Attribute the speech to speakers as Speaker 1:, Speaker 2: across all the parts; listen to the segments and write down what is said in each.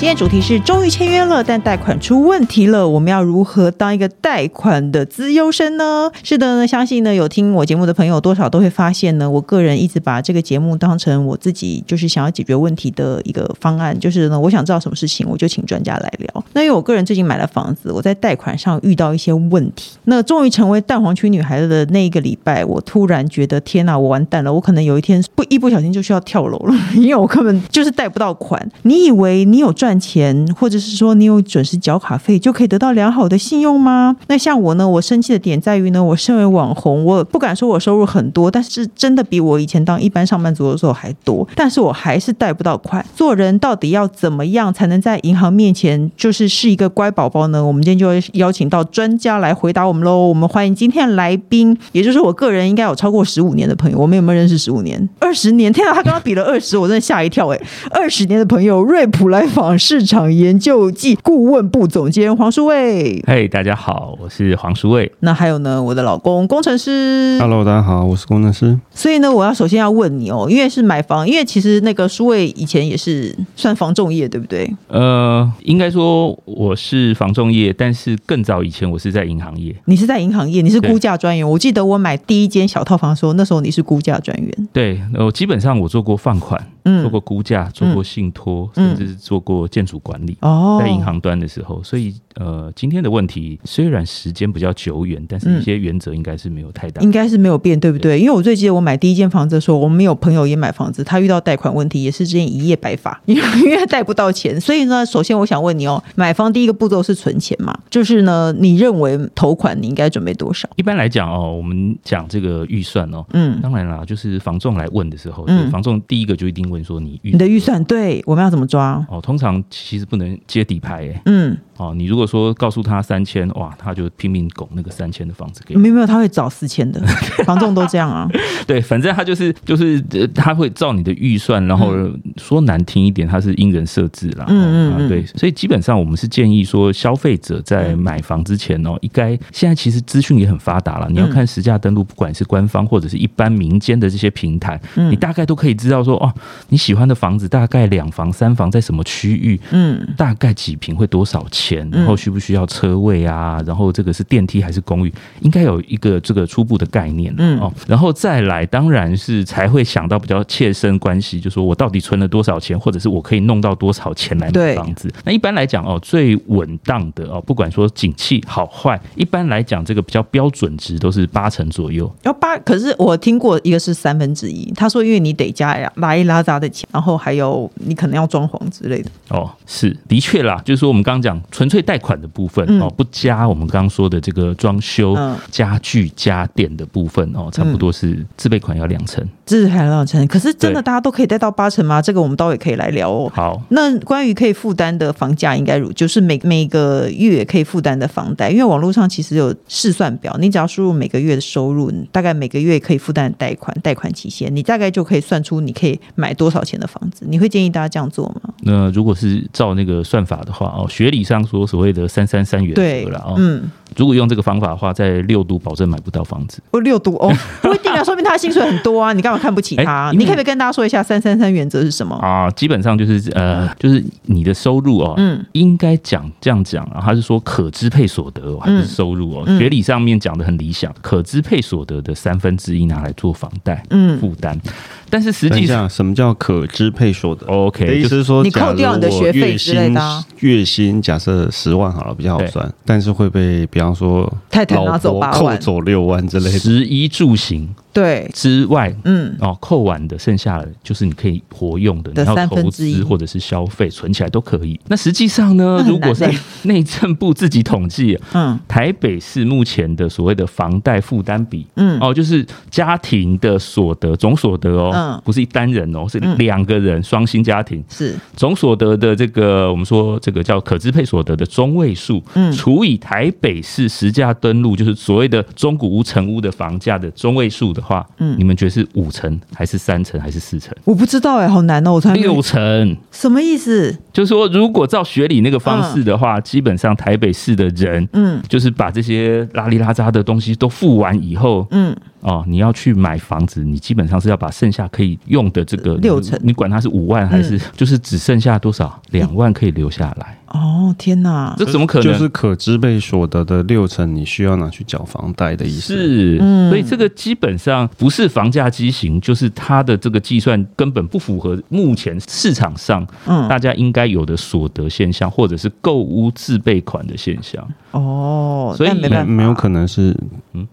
Speaker 1: 今天主题是终于签约了，但贷款出问题了，我们要如何当一个贷款的资优生呢？是的呢，相信呢有听我节目的朋友多少都会发现呢，我个人一直把这个节目当成我自己就是想要解决问题的一个方案，就是呢我想知道什么事情，我就请专家来聊。那因为我个人最近买了房子，我在贷款上遇到一些问题，那终于成为蛋黄区女孩的那一个礼拜，我突然觉得天呐，我完蛋了，我可能有一天不一不小心就需要跳楼了，因为我根本就是贷不到款。你以为你有赚钱，或者是说你有准时缴卡费就可以得到良好的信用吗？那像我呢，我生气的点在于呢，我身为网红，我不敢说我收入很多，但是真的比我以前当一般上班族的时候还多，但是我还是贷不到款。做人到底要怎么样才能在银行面前就是是一个乖宝宝呢？我们今天就会邀请到专家来回答我们喽。我们欢迎今天的来宾，也就是我个人应该有超过十五年的朋友，我们有没有认识十五年？二十年？天啊，他刚刚比了二十，我真的吓一跳哎、二十年的朋友，瑞普来访市场研究暨顾问部总监黄书卫。
Speaker 2: 嘿大家好，我是黄书卫。
Speaker 1: 那还有呢，我的老公工程师。
Speaker 3: Hello，大家好，我是工程师。
Speaker 1: 所以呢，我要首先要问你哦，因为是买房，因为其实那个书卫以前也是算房仲业，对不对？
Speaker 2: 呃，应该说我是房仲业，但是更早以前我是在银行业。
Speaker 1: 你是在银行业，你是
Speaker 2: 对
Speaker 1: 估价专员。我记得我买第一间小套房的时候，那时候你是估价专员。
Speaker 2: 对，我、基本上我做过放款，做
Speaker 1: 嗯，
Speaker 2: 过估价，做过信托，
Speaker 1: 嗯
Speaker 2: 甚至是做过建筑管理。
Speaker 1: 哦，
Speaker 2: 在银行端的时候，所以呃，今天的问题虽然时间比较久远，但是一些原则应该是没有太大。
Speaker 1: 嗯应该是没有变，对不对？因为我最记得我买第一间房子的时候，我们有朋友也买房子，他遇到贷款问题，也是之前一夜白发， 因为因为贷不到钱。所以呢，首先我想问你哦，买房第一个步骤是存钱嘛？就是呢，你认为头款你应该准备多少？
Speaker 2: 一般来讲哦，我们讲这个预算哦，
Speaker 1: 嗯，
Speaker 2: 当然啦，就是房仲来问的时候，
Speaker 1: 嗯
Speaker 2: 就房仲第一个就一定问说你预
Speaker 1: 你的预算对我们要怎么抓？
Speaker 2: 哦，通常其实不能接底牌诶、
Speaker 1: 嗯，
Speaker 2: 哦，你如果说告诉他三千，哇，他就拼命拱那个三千的房子给你。
Speaker 1: 没有没有，他会找四千的， 房仲都这样啊。
Speaker 2: 对，反正他就是就是、呃、他会照你的预算，然后、说难听一点，他是因人设置啦。
Speaker 1: 嗯嗯嗯
Speaker 2: 哦
Speaker 1: 嗯
Speaker 2: 啊，对，所以基本上我们是建议说，消费者在买房之前
Speaker 1: 嗯
Speaker 2: 哦，应该现在其实资讯也很发达了，你要看实价登录，不管是官方或者是一般民间的这些平台，
Speaker 1: 嗯
Speaker 2: 你大概都可以知道说，哦，你喜欢的房子大概两房、三房在什么区域，
Speaker 1: 嗯
Speaker 2: 大概几平会多少钱，然后需不需要车位啊，然后这个是电梯还是公寓，应该有一个这个初步的概念、
Speaker 1: 嗯
Speaker 2: 哦，然后再来当然是才会想到比较切身关系，就说我到底存了多少钱，或者是我可以弄到多少钱来
Speaker 1: 对
Speaker 2: 买房子。那一般来讲哦，最稳当的哦，不管说景气好坏，一般来讲这个比较标准值都是八成左右。
Speaker 1: 然后八，可是我听过一个是三分之一，他说因为你得加呀拉一拉杂的钱，然后还有你可能要装潢之类的。
Speaker 2: 哦，是的确啦，就是说我们刚刚讲纯粹贷款的部分、
Speaker 1: 嗯
Speaker 2: 哦，不加我们刚刚说的这个装修、
Speaker 1: 嗯
Speaker 2: 家具、家电的部分哦，差不多是自备款要两成。
Speaker 1: 这是还两成，可是真的
Speaker 2: 对
Speaker 1: 大家都可以贷到八成吗？这个我们倒也可以来聊哦。
Speaker 2: 好，
Speaker 1: 那关于可以负担的房价，应该如就是每每个月可以负担的房贷，因为网络上其实有试算表，你只要输入每个月的收入，你大概每个月可以负担的贷款、贷款期限，你大概就可以算出你可以买多少钱的房子。你会建议大家这样做吗？
Speaker 2: 那如果是照那个算法的话哦，学理上说所谓的三三三原
Speaker 1: 对
Speaker 2: 则啦哦，
Speaker 1: 嗯，
Speaker 2: 如果用这个方法的话，在六都保证买不到房子。
Speaker 1: 我六度 哦，不一定啊，说明他的薪水很多啊，你干嘛看不起他？
Speaker 2: 哎因
Speaker 1: 你
Speaker 2: 为
Speaker 1: 可不可以跟大家说一下三三三原则是什么？
Speaker 2: 啊，基本上就是呃，就是你的收入哦，
Speaker 1: 嗯
Speaker 2: 应该讲这样讲啊，他是说可支配所得、哦、还
Speaker 1: 嗯
Speaker 2: 是收入哦？
Speaker 1: 嗯
Speaker 2: 学理上面讲的很理想，可支配所得的三分之一拿来做房贷
Speaker 1: 嗯，
Speaker 2: 负担，但是实
Speaker 3: 等
Speaker 2: 际
Speaker 3: 一
Speaker 2: 上
Speaker 3: 下，什么叫可支配所得？你的
Speaker 2: OK
Speaker 3: 意
Speaker 2: 就
Speaker 3: 思
Speaker 2: 是。
Speaker 3: 是说，
Speaker 1: 你扣掉你的
Speaker 3: 假如
Speaker 1: 学
Speaker 3: 我
Speaker 1: 费
Speaker 3: 月
Speaker 1: 之类的啊
Speaker 3: 薪月薪假设十万好了，比较好
Speaker 2: 对
Speaker 3: 算，但是会被比方说
Speaker 1: 太太拿
Speaker 3: 老
Speaker 1: 走
Speaker 3: 婆
Speaker 1: 八
Speaker 3: 扣
Speaker 1: 万，
Speaker 3: 走六万之类的。
Speaker 2: 十一住行
Speaker 1: 对，
Speaker 2: 之外，
Speaker 1: 嗯。
Speaker 2: 哦，扣完的剩下的就是你可以活用的，
Speaker 1: 的
Speaker 2: 你要
Speaker 1: 三分
Speaker 2: 投
Speaker 1: 之一
Speaker 2: 资或者是消费存起来都可以。那实际上
Speaker 1: 那
Speaker 2: 呢，
Speaker 1: 很
Speaker 2: 如果
Speaker 1: 难
Speaker 2: 是
Speaker 1: 欸
Speaker 2: 内政部自己统计啊，
Speaker 1: 嗯
Speaker 2: 台北市目前的所谓的房贷负担比，
Speaker 1: 嗯
Speaker 2: 哦，就是家庭的所得总所得哦，
Speaker 1: 嗯
Speaker 2: 不是一单人哦，是
Speaker 1: 嗯
Speaker 2: 两个人双薪家庭
Speaker 1: 是，
Speaker 2: 总所得的这个我们说这个叫可支配所得的中位数，
Speaker 1: 嗯
Speaker 2: 除以台北市实价登录，就是所谓的中古屋、成屋的房价的中位数的话，
Speaker 1: 嗯
Speaker 2: 你们觉得是五成还是三成还是四成？
Speaker 1: 欸我不知道哎、好难哦，我从来没有
Speaker 2: 六成，
Speaker 1: 什么意思？
Speaker 2: 就是说，如果照学理那个方式的话，基本上台北市的人，
Speaker 1: 嗯
Speaker 2: 就是把这些拉里拉扎的东西都付完以后，
Speaker 1: 嗯，
Speaker 2: 哦，你要去买房子，你基本上是要把剩下可以用的这个
Speaker 1: 六成嗯
Speaker 2: 你管它是五万还是、就是只剩下多少两万可以留下来，
Speaker 1: 哦，天哪，
Speaker 2: 这怎么可能？
Speaker 3: 就是可支配所得的六成，你需要拿去缴房贷的意思。
Speaker 2: 是，
Speaker 1: 嗯
Speaker 2: 所以这个基本上不是房价畸形，就是它的这个计算根本不符合目前市场上
Speaker 1: 嗯，
Speaker 2: 大家应该有的所得现象，或者是购屋自备款的现象。
Speaker 1: 哦，
Speaker 2: 所以
Speaker 1: 但没
Speaker 3: 那
Speaker 1: 办法，
Speaker 3: 没有可能是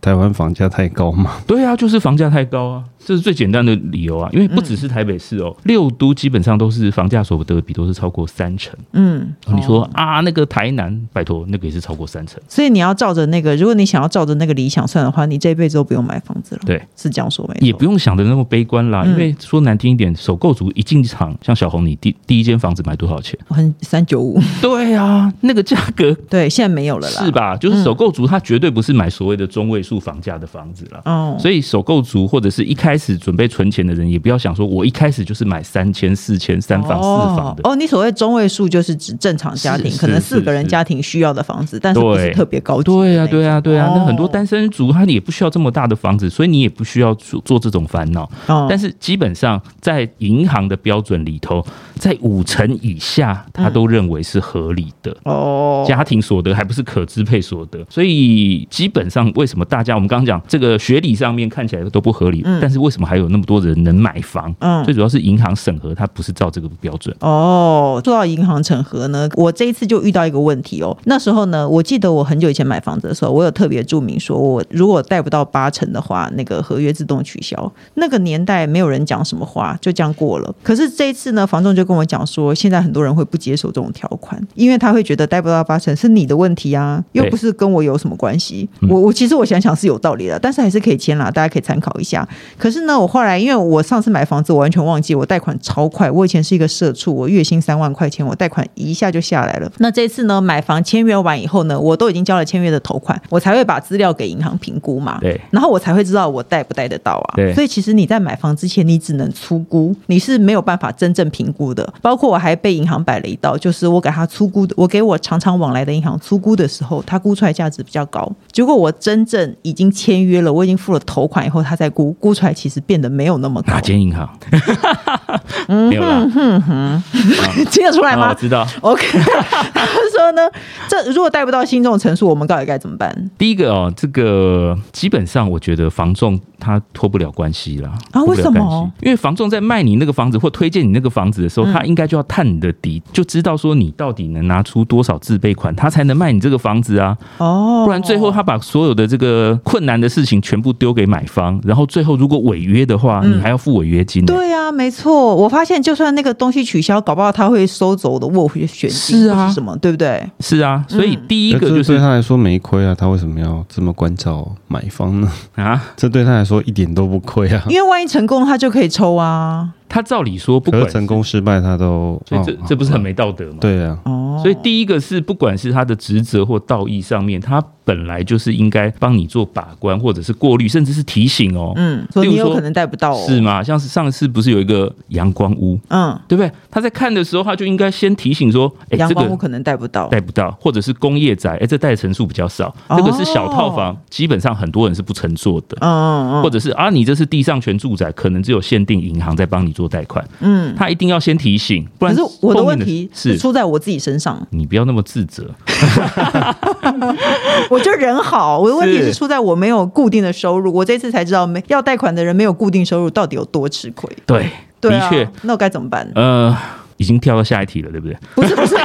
Speaker 3: 台湾房价太高嘛？
Speaker 2: 对啊，就是房价太高啊，这是最简单的理由啊。因为不只是台北市
Speaker 1: 嗯
Speaker 2: 哦，六都基本上都是房价所得比都是超过三成。
Speaker 1: 嗯，
Speaker 2: 你说
Speaker 1: 哦
Speaker 2: 啊，那个台南，拜托，那个也是超过三成。
Speaker 1: 所以你要照着那个，如果你想要照着那个理想算的话，你这辈子都不用买房子了。
Speaker 2: 对，
Speaker 1: 是这样说没错？
Speaker 2: 也不用想的那么悲观啦，
Speaker 1: 嗯
Speaker 2: 因为说难听一点，首购族一进场，像小红，你第第一间房子买多少钱？
Speaker 1: 很三九五，
Speaker 2: 对啊，那个价 格
Speaker 1: 对，现在没有了啦。嗯
Speaker 2: 是？吧？就是首购族，他绝对不是买所谓的中位数房价的房子了。
Speaker 1: 哦，
Speaker 2: 所以首购族或者是一开始准备存钱的人，也不要想说我一开始就是买三千、四千、三房、四房的
Speaker 1: 哦。哦，你所谓中位数就是指正常家庭，
Speaker 2: 是
Speaker 1: 可能
Speaker 2: 是
Speaker 1: 四个人
Speaker 2: 是
Speaker 1: 家庭需要的房子，但是不是
Speaker 2: 对
Speaker 1: 特别高级的那种。
Speaker 2: 对呀、对啊呀、对呀、那很多
Speaker 1: 哦
Speaker 2: 单身族他也不需要这么大的房子，所以你也不需要做做这种烦恼。
Speaker 1: 哦，
Speaker 2: 但是基本上在银行的标准里头，在五成以下，
Speaker 1: 嗯
Speaker 2: 他都认为是合理的。
Speaker 1: 哦，
Speaker 2: 家庭所得还不是可支配所得，所以基本上为什么大家我们刚刚讲这个学理上面看起来都不合理，
Speaker 1: 嗯
Speaker 2: 但是为什么还有那么多人能买房？
Speaker 1: 嗯
Speaker 2: 最。主要是银行审核它不是照这个标准。
Speaker 1: 哦，说到银行整合呢，我这一次就遇到一个问题哦。那时候呢，我记得我很久以前买房子的时候，我有特别注明说，我如果贷不到八成的话，那个合约自动取消。那个年代没有人讲什么话，就这样过了。可是这一次呢，房仲就跟我讲说，现在很多人会不接受这种条款，因为他会觉得贷不到八成是你的问题啊，又
Speaker 2: 对
Speaker 1: 不是跟我有什么关系。
Speaker 2: 嗯
Speaker 1: 我我其实我想想是有道理的，但是还是可以签啦，大家可以参考一下。可是呢，我后来因为我上次买房子，我完全忘记我贷款超快。我以前是一个社畜，我月薪三万块钱，我贷款一下就下来了。那这次呢，买房签约完以后呢，我都已经交了签约的头款，我才会把资料给银行评估嘛。
Speaker 2: 对
Speaker 1: 然后我才会知道我贷不贷得到啊。
Speaker 2: 对
Speaker 1: 所以其实你在买房之前，你只能粗估，你是没有办法真正评估的。包括我还被银行摆了一道，就是我给他粗估的，我给我常常往来的银行粗估的时候，他估出来价值比较高。结果我真正已经签约了，我已经付了头款以后，他再估，估出来其实变得没有那么高
Speaker 2: 哪。间银行？ 没有啦，
Speaker 1: 听得出来
Speaker 2: 啊
Speaker 1: 嗯吗？
Speaker 2: 我知道。
Speaker 1: OK，他 说呢，这如果贷不到心这种层数，我们到底该怎么办
Speaker 2: 第一个哦，这个基本上我觉得房仲他脱不了关系啦。
Speaker 1: 啊
Speaker 2: 脱不了
Speaker 1: 为什么嗯
Speaker 2: 干系？因为房仲在卖你那个房子或推荐你那个房子的时候，他应该就要探你的底，就知道说你到底能拿出多少自备款，他才能卖你这个房子啊。
Speaker 1: 哦，
Speaker 2: 不然最后他把所有的这个困难的事情全部丢给买方，然后最后如果违约的话，你还要付违约金呢。
Speaker 1: 嗯对啊，没错。我发现，就算那个东西取消，搞不好他会收走我的斡旋选金
Speaker 2: 是啊
Speaker 1: 或什么，对不对？
Speaker 2: 是啊，
Speaker 1: 嗯
Speaker 2: 所以第一个
Speaker 3: 可
Speaker 2: 就是是
Speaker 3: 对他来说没亏啊，他为什么要这么关照买方呢？
Speaker 2: 啊，
Speaker 3: 这对他来说一点都不亏啊。
Speaker 1: 因为万一成功，他就可以抽啊。
Speaker 2: 他照理说不
Speaker 3: 可
Speaker 2: 管
Speaker 3: 是成，功失败，他都
Speaker 2: 所以这
Speaker 3: 哦
Speaker 2: 这不是很没道德吗？
Speaker 3: 对啊，
Speaker 1: 哦，
Speaker 2: 所以第一个是，不管是他的职责或道义上面，他本来就是应该帮你做把关，或者是过滤，甚至是提醒哦，
Speaker 1: 嗯，所以
Speaker 2: 例
Speaker 1: 你
Speaker 2: 如说
Speaker 1: 有可能贷不到哦。
Speaker 2: 是吗？像是上次不是有一个阳光屋，
Speaker 1: 嗯，
Speaker 2: 对不对？他在看的时候，他就应该先提醒说，哎、
Speaker 1: 阳
Speaker 2: 这
Speaker 1: 光屋
Speaker 2: 个。
Speaker 1: 可能贷不到。
Speaker 2: 带不到，或者是工业宅，哎、这带的层数比较少，
Speaker 1: 哦
Speaker 2: 这个是小套房，基本上很多人是不乘坐的，
Speaker 1: 嗯嗯
Speaker 2: 或者是啊，你这是地上权住宅，可能只有限定银行在帮你做贷款，
Speaker 1: 嗯嗯。
Speaker 2: 他一定要先提醒，不
Speaker 1: 可
Speaker 2: 然
Speaker 1: 是我的
Speaker 2: 后
Speaker 1: 问
Speaker 2: 面
Speaker 1: 题是
Speaker 2: 是
Speaker 1: 出在我自己身上，
Speaker 2: 你不要那么自责，
Speaker 1: 我就人好。我的问题是
Speaker 2: 是
Speaker 1: 出在我没有固定的收入，我这次才知道没要贷款的人没有固定收入到底有多吃亏。
Speaker 2: 对，
Speaker 1: 对
Speaker 2: 的
Speaker 1: 啊
Speaker 2: 确，，
Speaker 1: 那我该怎么办？
Speaker 2: 呃，已经跳到下一题了，对不对？
Speaker 1: 不是 不是，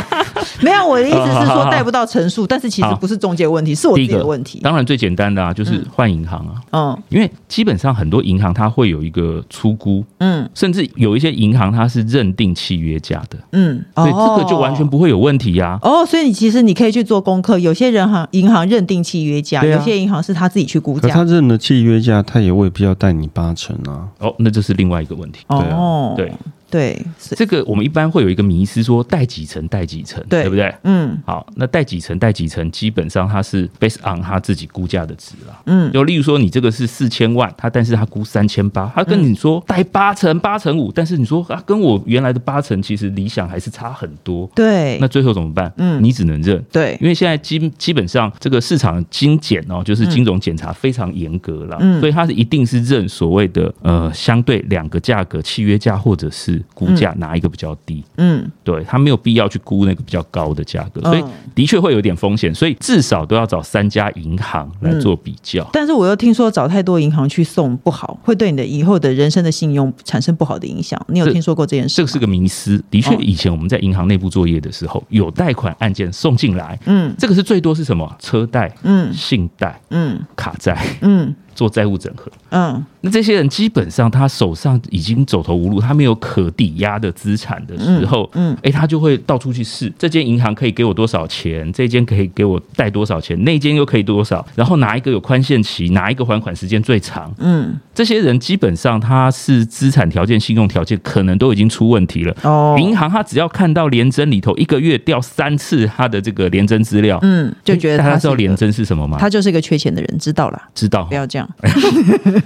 Speaker 1: 没有我的意思是
Speaker 2: 好好
Speaker 1: 说
Speaker 2: 好
Speaker 1: 贷不到成数，但是其实
Speaker 2: 好
Speaker 1: 不是中介问题，是我自
Speaker 2: 第一
Speaker 1: 己的
Speaker 2: 个
Speaker 1: 问 题。
Speaker 2: 当然最简单的啊，就是换银行啊。
Speaker 1: 嗯
Speaker 2: 因为基本上很多银行它会有一个出估，
Speaker 1: 嗯
Speaker 2: 甚至有一些银行它是认定契约价的，
Speaker 1: 嗯，
Speaker 2: 所以这个就完全不会有问题呀、啊。
Speaker 1: 哦。哦，所以你其实你可以去做功课，有些人行银行认定契约价，
Speaker 2: 对啊
Speaker 1: 有些银行是他自己去估
Speaker 3: 可
Speaker 1: 价
Speaker 3: 他。认了契约价，他也未必要带你八成啊。
Speaker 2: 哦，那这是另外一个问题。
Speaker 3: 对啊
Speaker 1: 哦，
Speaker 2: 对，
Speaker 1: 对，是
Speaker 2: 这个我们一般会有一个迷思，说贷几成贷几成，
Speaker 1: 对
Speaker 2: 对不对？
Speaker 1: 嗯
Speaker 2: 好，那贷几成贷几成，基本上它是 based on 它自己估价的值啦。
Speaker 1: 嗯，
Speaker 2: 就例如说你这个是四千万，他但是他估三千八，他跟你说贷八成八成五，但是你说啊，跟我原来的八成其实理想还是差很多。
Speaker 1: 对，
Speaker 2: 那最后怎么办？
Speaker 1: 嗯
Speaker 2: 你只能认。
Speaker 1: 对，
Speaker 2: 因为现在基基本上这个市场精检哦，就是金融检查非常严格啦，
Speaker 1: 嗯
Speaker 2: 所以它是一定是认所谓的呃相对两个价格契约价或者是估价哪一个比较低，
Speaker 1: 嗯
Speaker 2: 对，它没有必要去估那个比较高的价格，
Speaker 1: 嗯
Speaker 2: 所以的确会有点风险，所以至少都要找三家银行来做比较。
Speaker 1: 但是我又听说找太多银行去送不好，会对你的以后的人生的信用产生不好的影响。你有
Speaker 2: 这
Speaker 1: 听说过这件事
Speaker 2: 这
Speaker 1: 吗？
Speaker 2: 个是个迷思，的确
Speaker 1: 哦，
Speaker 2: 以前我们在银行内部作业的时候，有贷款案件送进来，
Speaker 1: 嗯
Speaker 2: 这个是最多是什么？车贷、
Speaker 1: 嗯
Speaker 2: 信贷、
Speaker 1: 嗯
Speaker 2: 卡债，
Speaker 1: 嗯
Speaker 2: 做债务整合。
Speaker 1: 嗯
Speaker 2: 那这些人基本上他手上已经走投无路，他没有可抵押的资产的时候，
Speaker 1: 嗯
Speaker 2: 嗯
Speaker 1: 嗯，
Speaker 2: 哎、他就会到处去试，这间银行可以给我多少钱，这间可以给我贷多少钱，那间又可以多少，然后哪一个有宽限期，哪一个还款时间最长，
Speaker 1: 嗯，
Speaker 2: 这些人基本上他是资产条件、信用条件可能都已经出问题了。
Speaker 1: 哦，
Speaker 2: 银行他只要看到联征里头一个月掉三次他的这个联征资料，
Speaker 1: 嗯就觉得
Speaker 2: 大
Speaker 1: 他
Speaker 2: 家
Speaker 1: 是
Speaker 2: 知
Speaker 1: 一
Speaker 2: 道
Speaker 1: 个
Speaker 2: 联征是什哦么吗？
Speaker 1: 他就是一个缺钱的人，知道啦，
Speaker 2: 知道
Speaker 1: 不要这样。
Speaker 2: 哎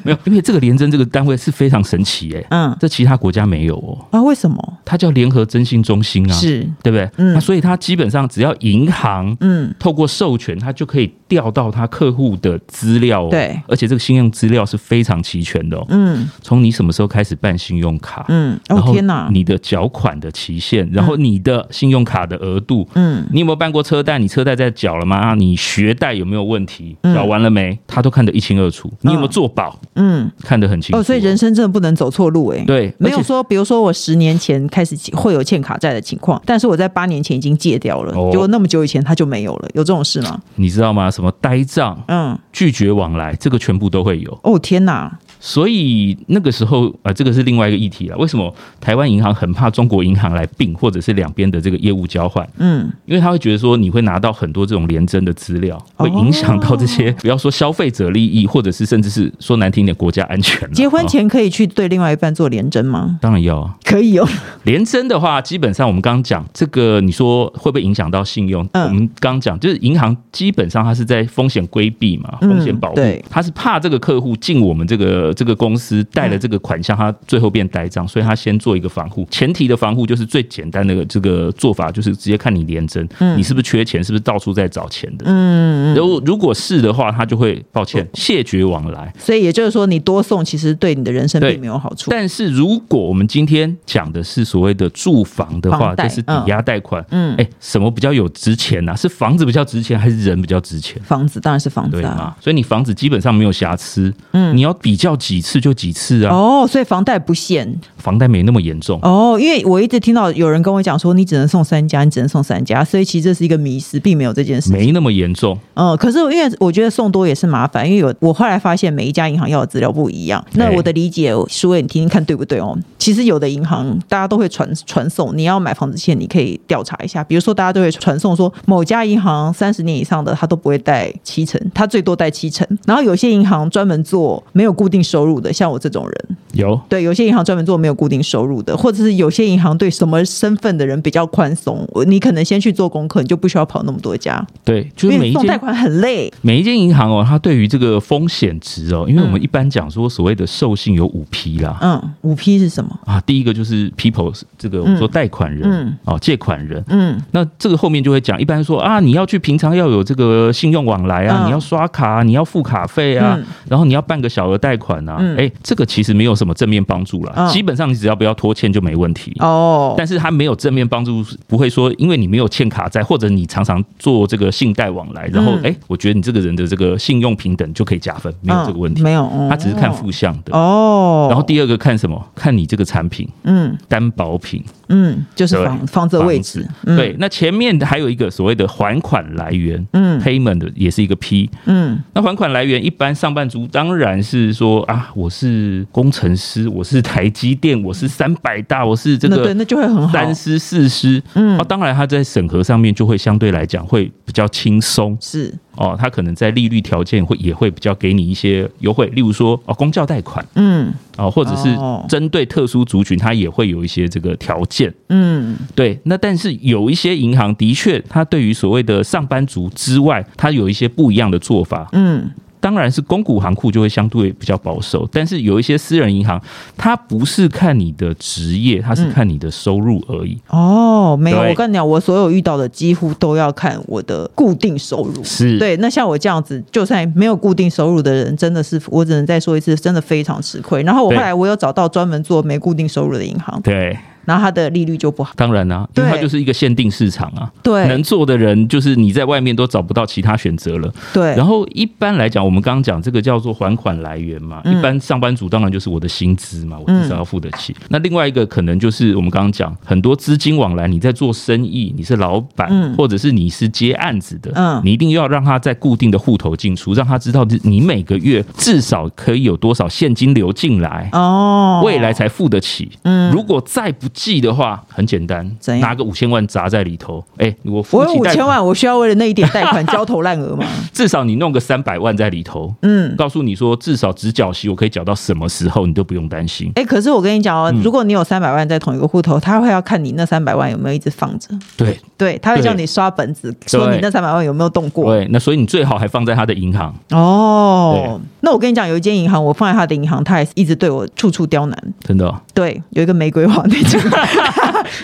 Speaker 2: 没有？因为这个联征这个单位是非常神奇哎、
Speaker 1: 嗯
Speaker 2: 这其他国家没有哦，
Speaker 1: 啊，为什么？
Speaker 2: 它叫联合征信中心啊，
Speaker 1: 是
Speaker 2: 对不对？
Speaker 1: 嗯
Speaker 2: 那所以它基本上只要银行
Speaker 1: 嗯
Speaker 2: 透过授权，它就可以调到它客户的资料、哦，
Speaker 1: 对
Speaker 2: 而且这个信用资料是非常齐全的、哦，
Speaker 1: 嗯
Speaker 2: 从你什么时候开始办信用卡。
Speaker 1: 嗯，
Speaker 2: 然
Speaker 1: 哦
Speaker 2: 后
Speaker 1: 天哪，
Speaker 2: 你的缴款的期限，然后你的信用卡的额度，
Speaker 1: 嗯
Speaker 2: 你有没有办过车贷？你车贷在缴了吗？啊你学贷有没有问题？
Speaker 1: 嗯
Speaker 2: 缴完了没？他都看得一清二楚。你有没有做保？
Speaker 1: 嗯
Speaker 2: 看得很清楚。
Speaker 1: 哦，所以人生真的不能走错路哎、
Speaker 2: 对，
Speaker 1: 没
Speaker 2: 而
Speaker 1: 有
Speaker 2: 且
Speaker 1: 说，比如说我十年前开始会有欠卡债的情况，但是我在八年前已经戒掉了，
Speaker 2: 哦
Speaker 1: 结果那么久以前他就没有了，有这种事吗？
Speaker 2: 你知道吗？什么呆账、
Speaker 1: 嗯，
Speaker 2: 拒绝往来，这个全部都会有。
Speaker 1: 哦天哪，
Speaker 2: 所以那个时候啊、呃这个是另外一个议题了。为什么台湾银行很怕中国银行来并，或者是两边的这个业务交换？
Speaker 1: 嗯
Speaker 2: 因为他会觉得说你会拿到很多这种廉征的资料，
Speaker 1: 哦
Speaker 2: 会影响到这些，不要说消费者利益，或者是甚至是说难听一点国家安全啦。
Speaker 1: 结婚
Speaker 2: 哦
Speaker 1: 前可以去对另外一半做联征吗？
Speaker 2: 当然要啊。
Speaker 1: 可以哦，
Speaker 2: 联征的话，基本上我们刚刚讲这个，你说会不会影响到信用？
Speaker 1: 嗯
Speaker 2: 我们刚刚讲就是银行基本上它是在风险规避嘛，
Speaker 1: 嗯
Speaker 2: 风险保护
Speaker 1: 对，
Speaker 2: 它是怕这个客户进我们这个这个公司贷
Speaker 1: 嗯
Speaker 2: 了这个款项，他最后变呆账，所以他先做一个防护。前提的防护就是最简单的这个做法，就是直接看你联征，你是不是缺钱，是不是到处在找钱的。
Speaker 1: 嗯，哦
Speaker 2: 如果如果是的话，他就会抱歉谢绝往来。
Speaker 1: 所以也就是说，你多送其实对你的人生
Speaker 2: 对
Speaker 1: 并没有好处。
Speaker 2: 但是如果我们今天讲的是所谓的住房的话，
Speaker 1: 房贷
Speaker 2: 这是抵押贷款，
Speaker 1: 嗯
Speaker 2: 哎、什么比较有值钱呢、是房子比较值钱，还是人比较值钱？
Speaker 1: 房子当然是房子
Speaker 2: 对
Speaker 1: 啊，
Speaker 2: 嘛？所以你房子基本上没有瑕疵，嗯，你要比较几次就几次啊，
Speaker 1: 哦，所以房贷不限
Speaker 2: 房贷没那么严重。
Speaker 1: 哦，因为我一直听到有人跟我讲说，你只能送三家，你只能送三家，所以其实这是一个迷思，并没有这件事情。
Speaker 2: 没那么严重，
Speaker 1: 嗯，可是因为我觉得送多也是麻烦，因为有我后来发现每一家银行要的资料不一样。那我的理解，舒伟你听听看对不对哦？其实有的银行大家都会传传送，你要买房子前你可以调查一下，比如说大家都会传送说某家银行三十年以上的他都不会贷七成，他最多贷七成。然后有些银行专门做没有固定收入的，像我这种人，
Speaker 2: 有
Speaker 1: 对，有些银行专门做没有固定收入的，或者是有些银行对什么身份的人比较宽松，我你可能先去做功课，你就不需要跑那么多家，
Speaker 2: 对，就
Speaker 1: 因
Speaker 2: 是每
Speaker 1: 为
Speaker 2: 一
Speaker 1: 送贷
Speaker 2: 间
Speaker 1: 款很累。
Speaker 2: 每一间银行哦，它对于这个风险值哦，因为我们一般讲说所谓的授信有五批啦，
Speaker 1: 嗯，五 P 是什么？
Speaker 2: 啊，第一个就是 people 这个我们说贷款人、
Speaker 1: 嗯
Speaker 2: 哦，借款人，
Speaker 1: 嗯
Speaker 2: 那这个后面就会讲，一般说啊，你要去平常要有这个信用往来啊，
Speaker 1: 嗯
Speaker 2: 你要刷卡啊、你要付卡费啊，
Speaker 1: 嗯
Speaker 2: 然后你要办个小额贷款啊，哎、
Speaker 1: 嗯
Speaker 2: 这个其实没有什么正面帮助啦，
Speaker 1: 嗯
Speaker 2: 基本上你只要不要拖欠就没问题。
Speaker 1: 哦，
Speaker 2: 但是它没有正面帮助，不会说因为你没有欠卡债，或者你常常做这个信贷往来，然后哎、
Speaker 1: 嗯
Speaker 2: 诶我觉得你这个人的这个信用平等就可以加分，没有这个问
Speaker 1: 嗯，
Speaker 2: 题
Speaker 1: 没有，哦
Speaker 2: 它只是看负向的。
Speaker 1: 哦。
Speaker 2: 然后第二个看什么？看你这个产品
Speaker 1: 嗯
Speaker 2: 担保品
Speaker 1: 嗯，就是房
Speaker 2: 对
Speaker 1: 房子的位置
Speaker 2: 房，
Speaker 1: 嗯
Speaker 2: 对，那前面还有一个所谓的还款来源，
Speaker 1: 嗯
Speaker 2: payment 的也是一个 P。
Speaker 1: 嗯
Speaker 2: 那还款来源一般上班族当然是说啊，我是工程师，我是台积电，我是三百大，我是这
Speaker 1: 嗯那对，
Speaker 2: 个
Speaker 1: 那就会很好，
Speaker 2: 三师四师。哦
Speaker 1: 嗯
Speaker 2: 啊，当然他在审核上面就会相对来讲会比较轻松。
Speaker 1: 是
Speaker 2: 哦，它可能在利率条件会也会比较给你一些优惠，例如说哦公教贷款
Speaker 1: 嗯
Speaker 2: 哦，或者是
Speaker 1: 哦
Speaker 2: 针对特殊族群，它也会有一些这个条件。
Speaker 1: 嗯
Speaker 2: 对，那但是有一些银行的确，它对于所谓的上班族之外，它有一些不一样的做法。
Speaker 1: 嗯
Speaker 2: 当然是公股行库就会相对比较保守，但是有一些私人银行，它不是看你的职业，它是看你的收入而已。
Speaker 1: 哦，没有，
Speaker 2: 对
Speaker 1: 我跟你讲，我所有遇到的几乎都要看我的固定收入。
Speaker 2: 是，
Speaker 1: 对，那像我这样子，就算没有固定收入的人，真的是我只能再说一次，真的非常吃亏。然后我后
Speaker 2: 对
Speaker 1: 来我有找到专门做没固定收入的银行，
Speaker 2: 对，
Speaker 1: 然后它的利率就不好。
Speaker 2: 当然啦、啊因为它
Speaker 1: 对
Speaker 2: 就是一个限定市场啊。
Speaker 1: 对
Speaker 2: 能做的人就是你在外面都找不到其他选择了。
Speaker 1: 对
Speaker 2: 然，后一般来讲，我们刚刚讲这个叫做还款来源嘛，
Speaker 1: 嗯
Speaker 2: 一般上班族当然就是我的薪资嘛，我至少要付得起。那另外一个可能就是我们刚刚讲很多资金往来，你在做生意，你是老板，或者是你是接案子的，
Speaker 1: 嗯
Speaker 2: 你一定要让他在固定的户头进出，让他知道你每个月至少可以有多少现金流进来。
Speaker 1: 哦，
Speaker 2: 未来才付得起。嗯，如果再不济的话，很简单
Speaker 1: 怎，样
Speaker 2: 拿个五千万砸在里头。哎、我付
Speaker 1: 我有
Speaker 2: 起
Speaker 1: 五
Speaker 2: 贷
Speaker 1: 千
Speaker 2: 款，
Speaker 1: 万，我需要为了那一点贷款焦头烂额 吗？
Speaker 2: 至少你弄个三百万在里头。
Speaker 1: 嗯，
Speaker 2: 告诉你说，至少只缴息，我可以缴到什么时候，你都不用担心。
Speaker 1: 哎、可是我跟你讲
Speaker 2: 嗯
Speaker 1: 哦，如果你有三百万在同一个户头，他会要看你那三百万有没有一直放着，
Speaker 2: 对
Speaker 1: 对，他会
Speaker 2: 对
Speaker 1: 叫你刷本子，说你那三百万有没有动过。
Speaker 2: 对，那所以你最好还放在他的银行。
Speaker 1: 哦，那我跟你讲，有一间银行，我放在他的银行，他还是一直对我处处刁难。
Speaker 2: 真的哦、
Speaker 1: 对，有一个玫瑰花那 间。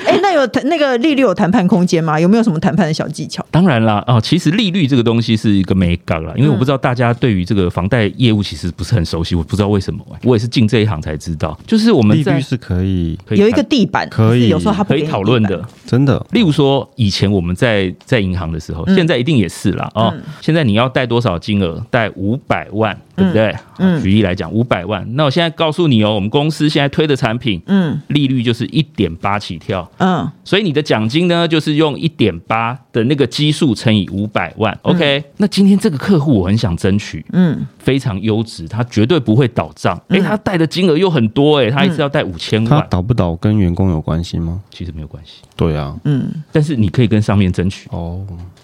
Speaker 1: 哎、那有那个利率有谈判空间吗？有没有什么谈判的小技巧？
Speaker 2: 当然啦，哦，其实利率这个东西是一个美感啦，因为我不知道大家对于这个房贷业务其实不是很熟悉，我不知道为什么、我也是进这一行才知道，就是我们
Speaker 3: 利
Speaker 2: 在
Speaker 3: 率是可以，
Speaker 2: 可以
Speaker 1: 有一
Speaker 2: 谈
Speaker 1: 个地板，
Speaker 3: 可以
Speaker 1: 是有时候他不
Speaker 2: 可
Speaker 1: 给
Speaker 2: 以
Speaker 1: 你
Speaker 2: 讨论
Speaker 1: 地板。
Speaker 2: 的，
Speaker 3: 真的
Speaker 2: 例如说，以前我们在在银行的时
Speaker 1: 嗯
Speaker 2: 候，现在一定也是啦哦。现在你要贷多少金额？贷五百万，对不对？哦
Speaker 1: 嗯
Speaker 2: 举例来讲，五百万。那我现在告诉你哦，我们公司现在推的产品
Speaker 1: 嗯
Speaker 2: 利率就是一点八起跳，
Speaker 1: 嗯
Speaker 2: 所以你的奖金呢，就是用一点八的那个基数乘以五百万。OK，那今天这个客户我很想争取，
Speaker 1: 嗯，
Speaker 2: 非常优质，他绝对不会倒账。诶，他贷的金额又很多，
Speaker 1: 嗯
Speaker 2: 诶，他一次要贷五千
Speaker 3: 他
Speaker 2: 万，
Speaker 3: 倒不倒跟员工有关系吗？
Speaker 2: 其实没有关系，
Speaker 3: 对啊，
Speaker 1: 嗯
Speaker 2: 但是你可以跟上面争取。
Speaker 3: 哦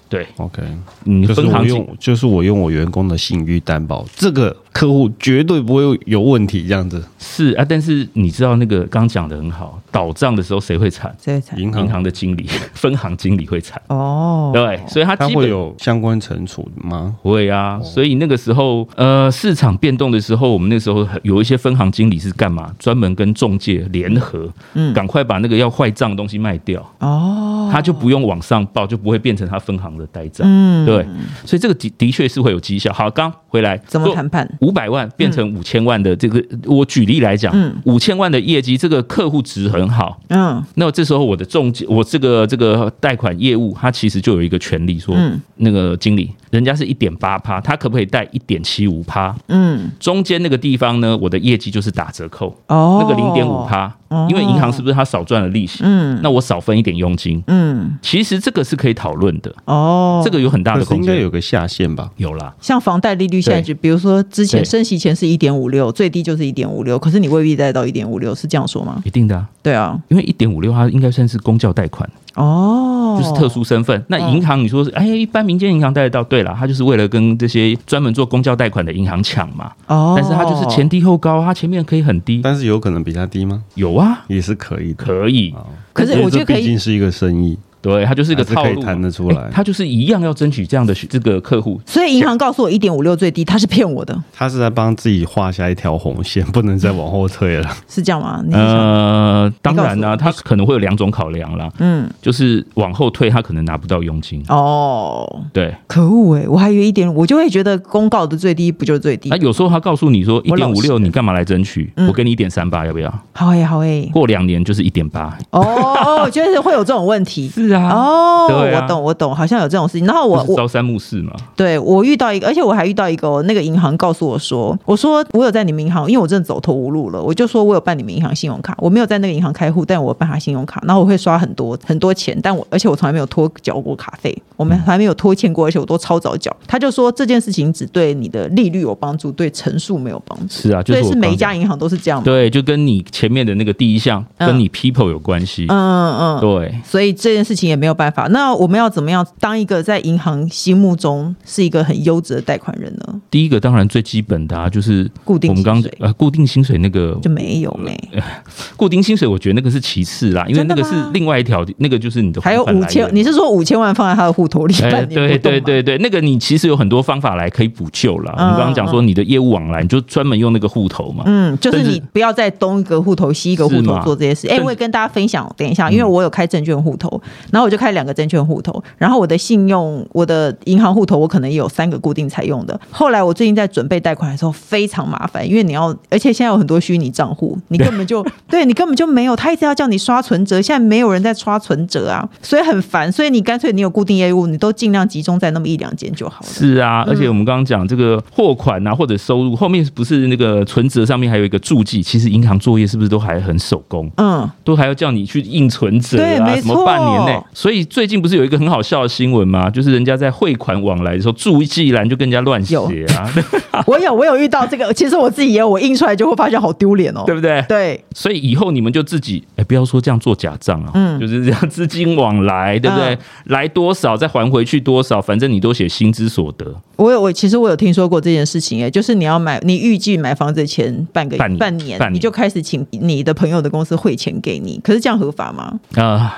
Speaker 2: 对，
Speaker 3: ，OK，
Speaker 2: 你
Speaker 3: 就是
Speaker 2: 分
Speaker 3: 我
Speaker 2: 行情
Speaker 3: 用，就是我用我员工的信誉担保，这个客户绝对不会有问题，这样子。
Speaker 2: 是啊，但是你知道那个刚讲的很好，倒账的时候谁会惨？
Speaker 1: 这个才
Speaker 3: 银
Speaker 2: 银
Speaker 3: 行
Speaker 2: 行的经理、 分行经理会惨，
Speaker 1: 哦，
Speaker 2: 对，所以他
Speaker 3: 它
Speaker 2: 基
Speaker 3: 会
Speaker 2: 本。
Speaker 3: 有相关惩处吗？
Speaker 2: 会
Speaker 1: 哦
Speaker 2: 啊，所以那个时候，呃，市场变动的时候，我们那时候有一些分行经理是干嘛？专门跟中介联合，
Speaker 1: 嗯
Speaker 2: 赶快把那个要坏账的东西卖掉，
Speaker 1: 哦，
Speaker 2: 他就不用往上报，就不会变成他分行的呆账。
Speaker 1: 嗯，
Speaker 2: 对，所以这个的的确是会有绩效。好，刚回来
Speaker 1: 怎么
Speaker 2: 做
Speaker 1: 谈判？
Speaker 2: 五百万变成五千万的这个，我举例来讲
Speaker 1: 嗯，
Speaker 2: 五千万的业绩，这个客户值很好。
Speaker 1: 嗯
Speaker 2: 那这时候我的中介，我这个这个贷款业务，它其实就有一个权利说，
Speaker 1: 嗯
Speaker 2: 那个经理，人家是一点八趴，他可不可以贷一点七五趴？
Speaker 1: 嗯，
Speaker 2: 中间那个地方呢，我的业绩就是打折扣，
Speaker 1: 哦，
Speaker 2: 那个零点五，趴，因为银行是不是他少赚了利息？
Speaker 1: 嗯
Speaker 2: 那我少分一点佣金，
Speaker 1: 嗯，
Speaker 2: 其实这个是可以讨论的，
Speaker 1: 哦，
Speaker 2: 这个有很大
Speaker 3: 可
Speaker 2: 的
Speaker 3: 是
Speaker 2: 空
Speaker 3: 应该
Speaker 2: 间。
Speaker 3: 有个下限吧？
Speaker 2: 有啦，
Speaker 1: 像房贷利率现在
Speaker 2: 对
Speaker 1: 就，比如说之前
Speaker 2: 对
Speaker 1: 升息前是一点五六，最低就是一点五六，可是你未必贷到一点五六，是这样说吗？
Speaker 2: 一定的、啊，
Speaker 1: 对啊，
Speaker 2: 因为一点五六它应该算是公教贷款。
Speaker 1: 哦，嗯
Speaker 2: 就是特殊身份。那银行，你说是哎，一般民间银行贷得到，对了，他就是为了跟这些专门做公交贷款的银行抢嘛。
Speaker 1: 哦，
Speaker 2: 但是它就是前低后高，它前面可以很低，
Speaker 3: 但是有可能比它低吗？
Speaker 2: 有啊，
Speaker 3: 也是可以的。
Speaker 2: 可以，
Speaker 3: 好
Speaker 1: 可是
Speaker 3: 因为
Speaker 1: 我觉得
Speaker 3: 这
Speaker 1: 可以
Speaker 3: 毕竟是一个生意，
Speaker 2: 对，它就是一个
Speaker 3: 哦还是
Speaker 2: 套
Speaker 3: 可以
Speaker 2: 路嘛，
Speaker 3: 谈得出
Speaker 2: 哎
Speaker 3: 来
Speaker 2: 它就是一样要争取这样的这个客户。
Speaker 1: 所以银行告诉我一点五六最低，他是骗我的，
Speaker 3: 他是在帮自己画下一条红线，不能再往后退 了。
Speaker 1: 是这样吗？你是想
Speaker 2: 呃，当然
Speaker 1: 你告诉
Speaker 2: 啦、
Speaker 1: 我
Speaker 2: 它可能会有两种考量啦，
Speaker 1: 嗯，
Speaker 2: 就是往后退，它可能拿不到佣金。
Speaker 1: 哦，
Speaker 2: 对，
Speaker 1: 可恶哎、我还以为一点，我就会觉得公告的最低不就是最低
Speaker 2: 那？有时候他告诉你说一
Speaker 1: 我老
Speaker 2: 点五
Speaker 1: 实
Speaker 2: 六，你干嘛来争取？
Speaker 1: 嗯
Speaker 2: 我给你一点三八，要不要？
Speaker 1: 好哎、好哎、
Speaker 2: 过两年就是一点八。
Speaker 1: 哦哦，我觉得会有这种问题。
Speaker 2: 是啊
Speaker 1: 哦，
Speaker 2: 对啊
Speaker 1: 我懂，我懂，好像有这种事情。然后我
Speaker 2: 就是
Speaker 1: 我
Speaker 2: 朝三暮四嘛，
Speaker 1: 对我遇到一个，而且我还遇到一个，那个银行告诉我说，我说我有在你们银行，因为我真的走投无路了，我就说我有办你们银行信用卡，我没有在那个银行开户，但我办他信用卡，然后我会刷很多很多钱，但我而且我从来没有拖缴过卡费，我们还没有拖欠过，而且我都超早缴。他就说这件事情只对你的利率有帮助，对乘数没有帮助，
Speaker 2: 是啊，就
Speaker 1: 所
Speaker 2: 是
Speaker 1: 以
Speaker 2: 我
Speaker 1: 是每一
Speaker 2: 刚
Speaker 1: 家银行都是这样吗？
Speaker 2: 对，就跟你前面的那个第一项，
Speaker 1: 嗯
Speaker 2: 跟你 people 有关系。
Speaker 1: 嗯嗯嗯，
Speaker 2: 对，
Speaker 1: 所以这件事情也没有办法。那我们要怎么样当一个在银行心目中是一个很优质的贷款人呢？
Speaker 2: 第一个当然最基本的啊，就是
Speaker 1: 固定
Speaker 2: 我们刚
Speaker 1: 薪水
Speaker 2: 呃固定薪水那个
Speaker 1: 就没有没、
Speaker 2: 固定薪水，我觉得那个是其次啦，因为
Speaker 1: 真的
Speaker 2: 那个是
Speaker 1: 吗
Speaker 2: 另外一条，那个就是你的
Speaker 1: 还有
Speaker 2: 还款
Speaker 1: 五
Speaker 2: 来
Speaker 1: 千，
Speaker 2: 源
Speaker 1: 你是说五千万放在他的户头里
Speaker 2: 哎，
Speaker 1: 半
Speaker 2: 对
Speaker 1: 年不动吗
Speaker 2: 对对对，那个你其实有很多方法来可以补救啦。我
Speaker 1: 嗯
Speaker 2: 们刚刚讲说你的业务往来，你就专门用那个户头嘛。
Speaker 1: 嗯，就是
Speaker 2: 但是
Speaker 1: 你不要再东一个户头西一个户
Speaker 2: 是
Speaker 1: 头
Speaker 2: 吗
Speaker 1: 做这些事。哎、
Speaker 2: 但
Speaker 1: 我也跟大家分享，等一下，因为我有开证券户头，然后我就开两个证券户头，然后我的信用、我的银行户头，我可能也有三个固定采用的。后来我最近在准备贷款的时候非常麻烦，因为你要，而且现在有很多虚拟账户，你根 本就对你根本就没有，他一直要叫你刷存折，现在没有人在刷存折啊，所以很烦。所以你干脆你有固定业务，你都尽量集中在那么一两间就好了。
Speaker 2: 是啊，而
Speaker 1: 嗯
Speaker 2: 且我们刚刚讲这个货款啊，或者收入后面不是那个存折上面还有一个注记，其实银行作业是不是都还很手工，
Speaker 1: 嗯，
Speaker 2: 都还要叫你去印存折
Speaker 1: 对
Speaker 2: 啊，
Speaker 1: 没
Speaker 2: 什么半年内
Speaker 1: 错。
Speaker 2: 所以最近不是有一个很好笑的新闻吗？就是人家在汇款往来的时候，注记栏就跟人家乱写啊，
Speaker 1: 我有我有遇到这个，其实我自己也有，我印出来就会发现好丢脸哦。
Speaker 2: 对不对？
Speaker 1: 对，
Speaker 2: 所以以后你们就自己，哎、不要说这样做假账啊，
Speaker 1: 嗯
Speaker 2: 就是这样资金往来，对不对？
Speaker 1: 嗯
Speaker 2: 来多少再还回去多少，反正你都写薪资所得，
Speaker 1: 我有我其实我有听说过这件事情、哎，就是你要买，你预计买房子前半个
Speaker 2: 半年
Speaker 1: 半年
Speaker 2: 半年
Speaker 1: 你就开始请你的朋友的公司汇钱给你，可是这样合法吗？
Speaker 2: 啊、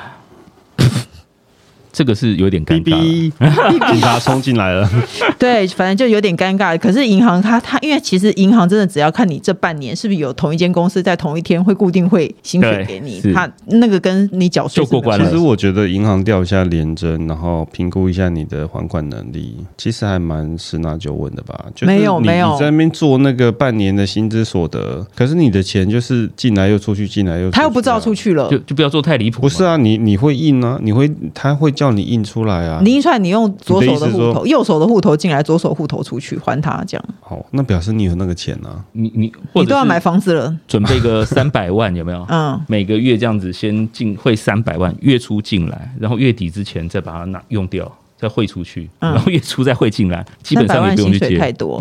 Speaker 2: 这个是有点尴
Speaker 3: 哔
Speaker 2: 尬了。
Speaker 3: 哔，警察冲进来了，
Speaker 1: 对，反正就有点尴尬。可是银行它它，因为其实银行真的只要看你这半年是不是有同一间公司在同一天会固定汇薪水
Speaker 2: 对
Speaker 1: 给你，
Speaker 2: 是
Speaker 1: 它那个跟你缴税
Speaker 2: 就过关
Speaker 1: 是没
Speaker 2: 了
Speaker 3: 其
Speaker 1: 有
Speaker 3: 实我觉得银行调一下连征，然后评估一下你的还款能力，其实还蛮十拿九稳的吧。就是、
Speaker 1: 没有
Speaker 3: 你
Speaker 1: 没有
Speaker 3: 你在那边做那个半年的薪资所得，可是你的钱就是进来又出去，进来又出去啊
Speaker 1: 他又不知道出去了
Speaker 2: 就。就不要做太离谱嘛。
Speaker 3: 不是啊，你你会印啊，你会他会叫你印出来啊。
Speaker 1: 你印出来，你用左手
Speaker 3: 你的
Speaker 1: 的
Speaker 3: 意思
Speaker 1: 户
Speaker 3: 说
Speaker 1: 头，右手的户头进来，左手户头出去还他，这样
Speaker 3: 好，那表示你有那个钱啊。
Speaker 2: 你你
Speaker 1: 你
Speaker 2: 或者
Speaker 1: 都要买
Speaker 2: 是
Speaker 1: 房子了，
Speaker 2: 准备个三百万，有没有？
Speaker 1: 嗯，
Speaker 2: 每个月这样子先进汇三百万，月初进来，然后月底之前再把它拿用掉，再汇出去，
Speaker 1: 嗯
Speaker 2: 然后月初再汇进来，基
Speaker 1: 三
Speaker 2: 本
Speaker 1: 百
Speaker 2: 上也
Speaker 1: 万
Speaker 2: 不用
Speaker 1: 薪
Speaker 2: 去
Speaker 1: 水
Speaker 2: 接。
Speaker 1: 太多，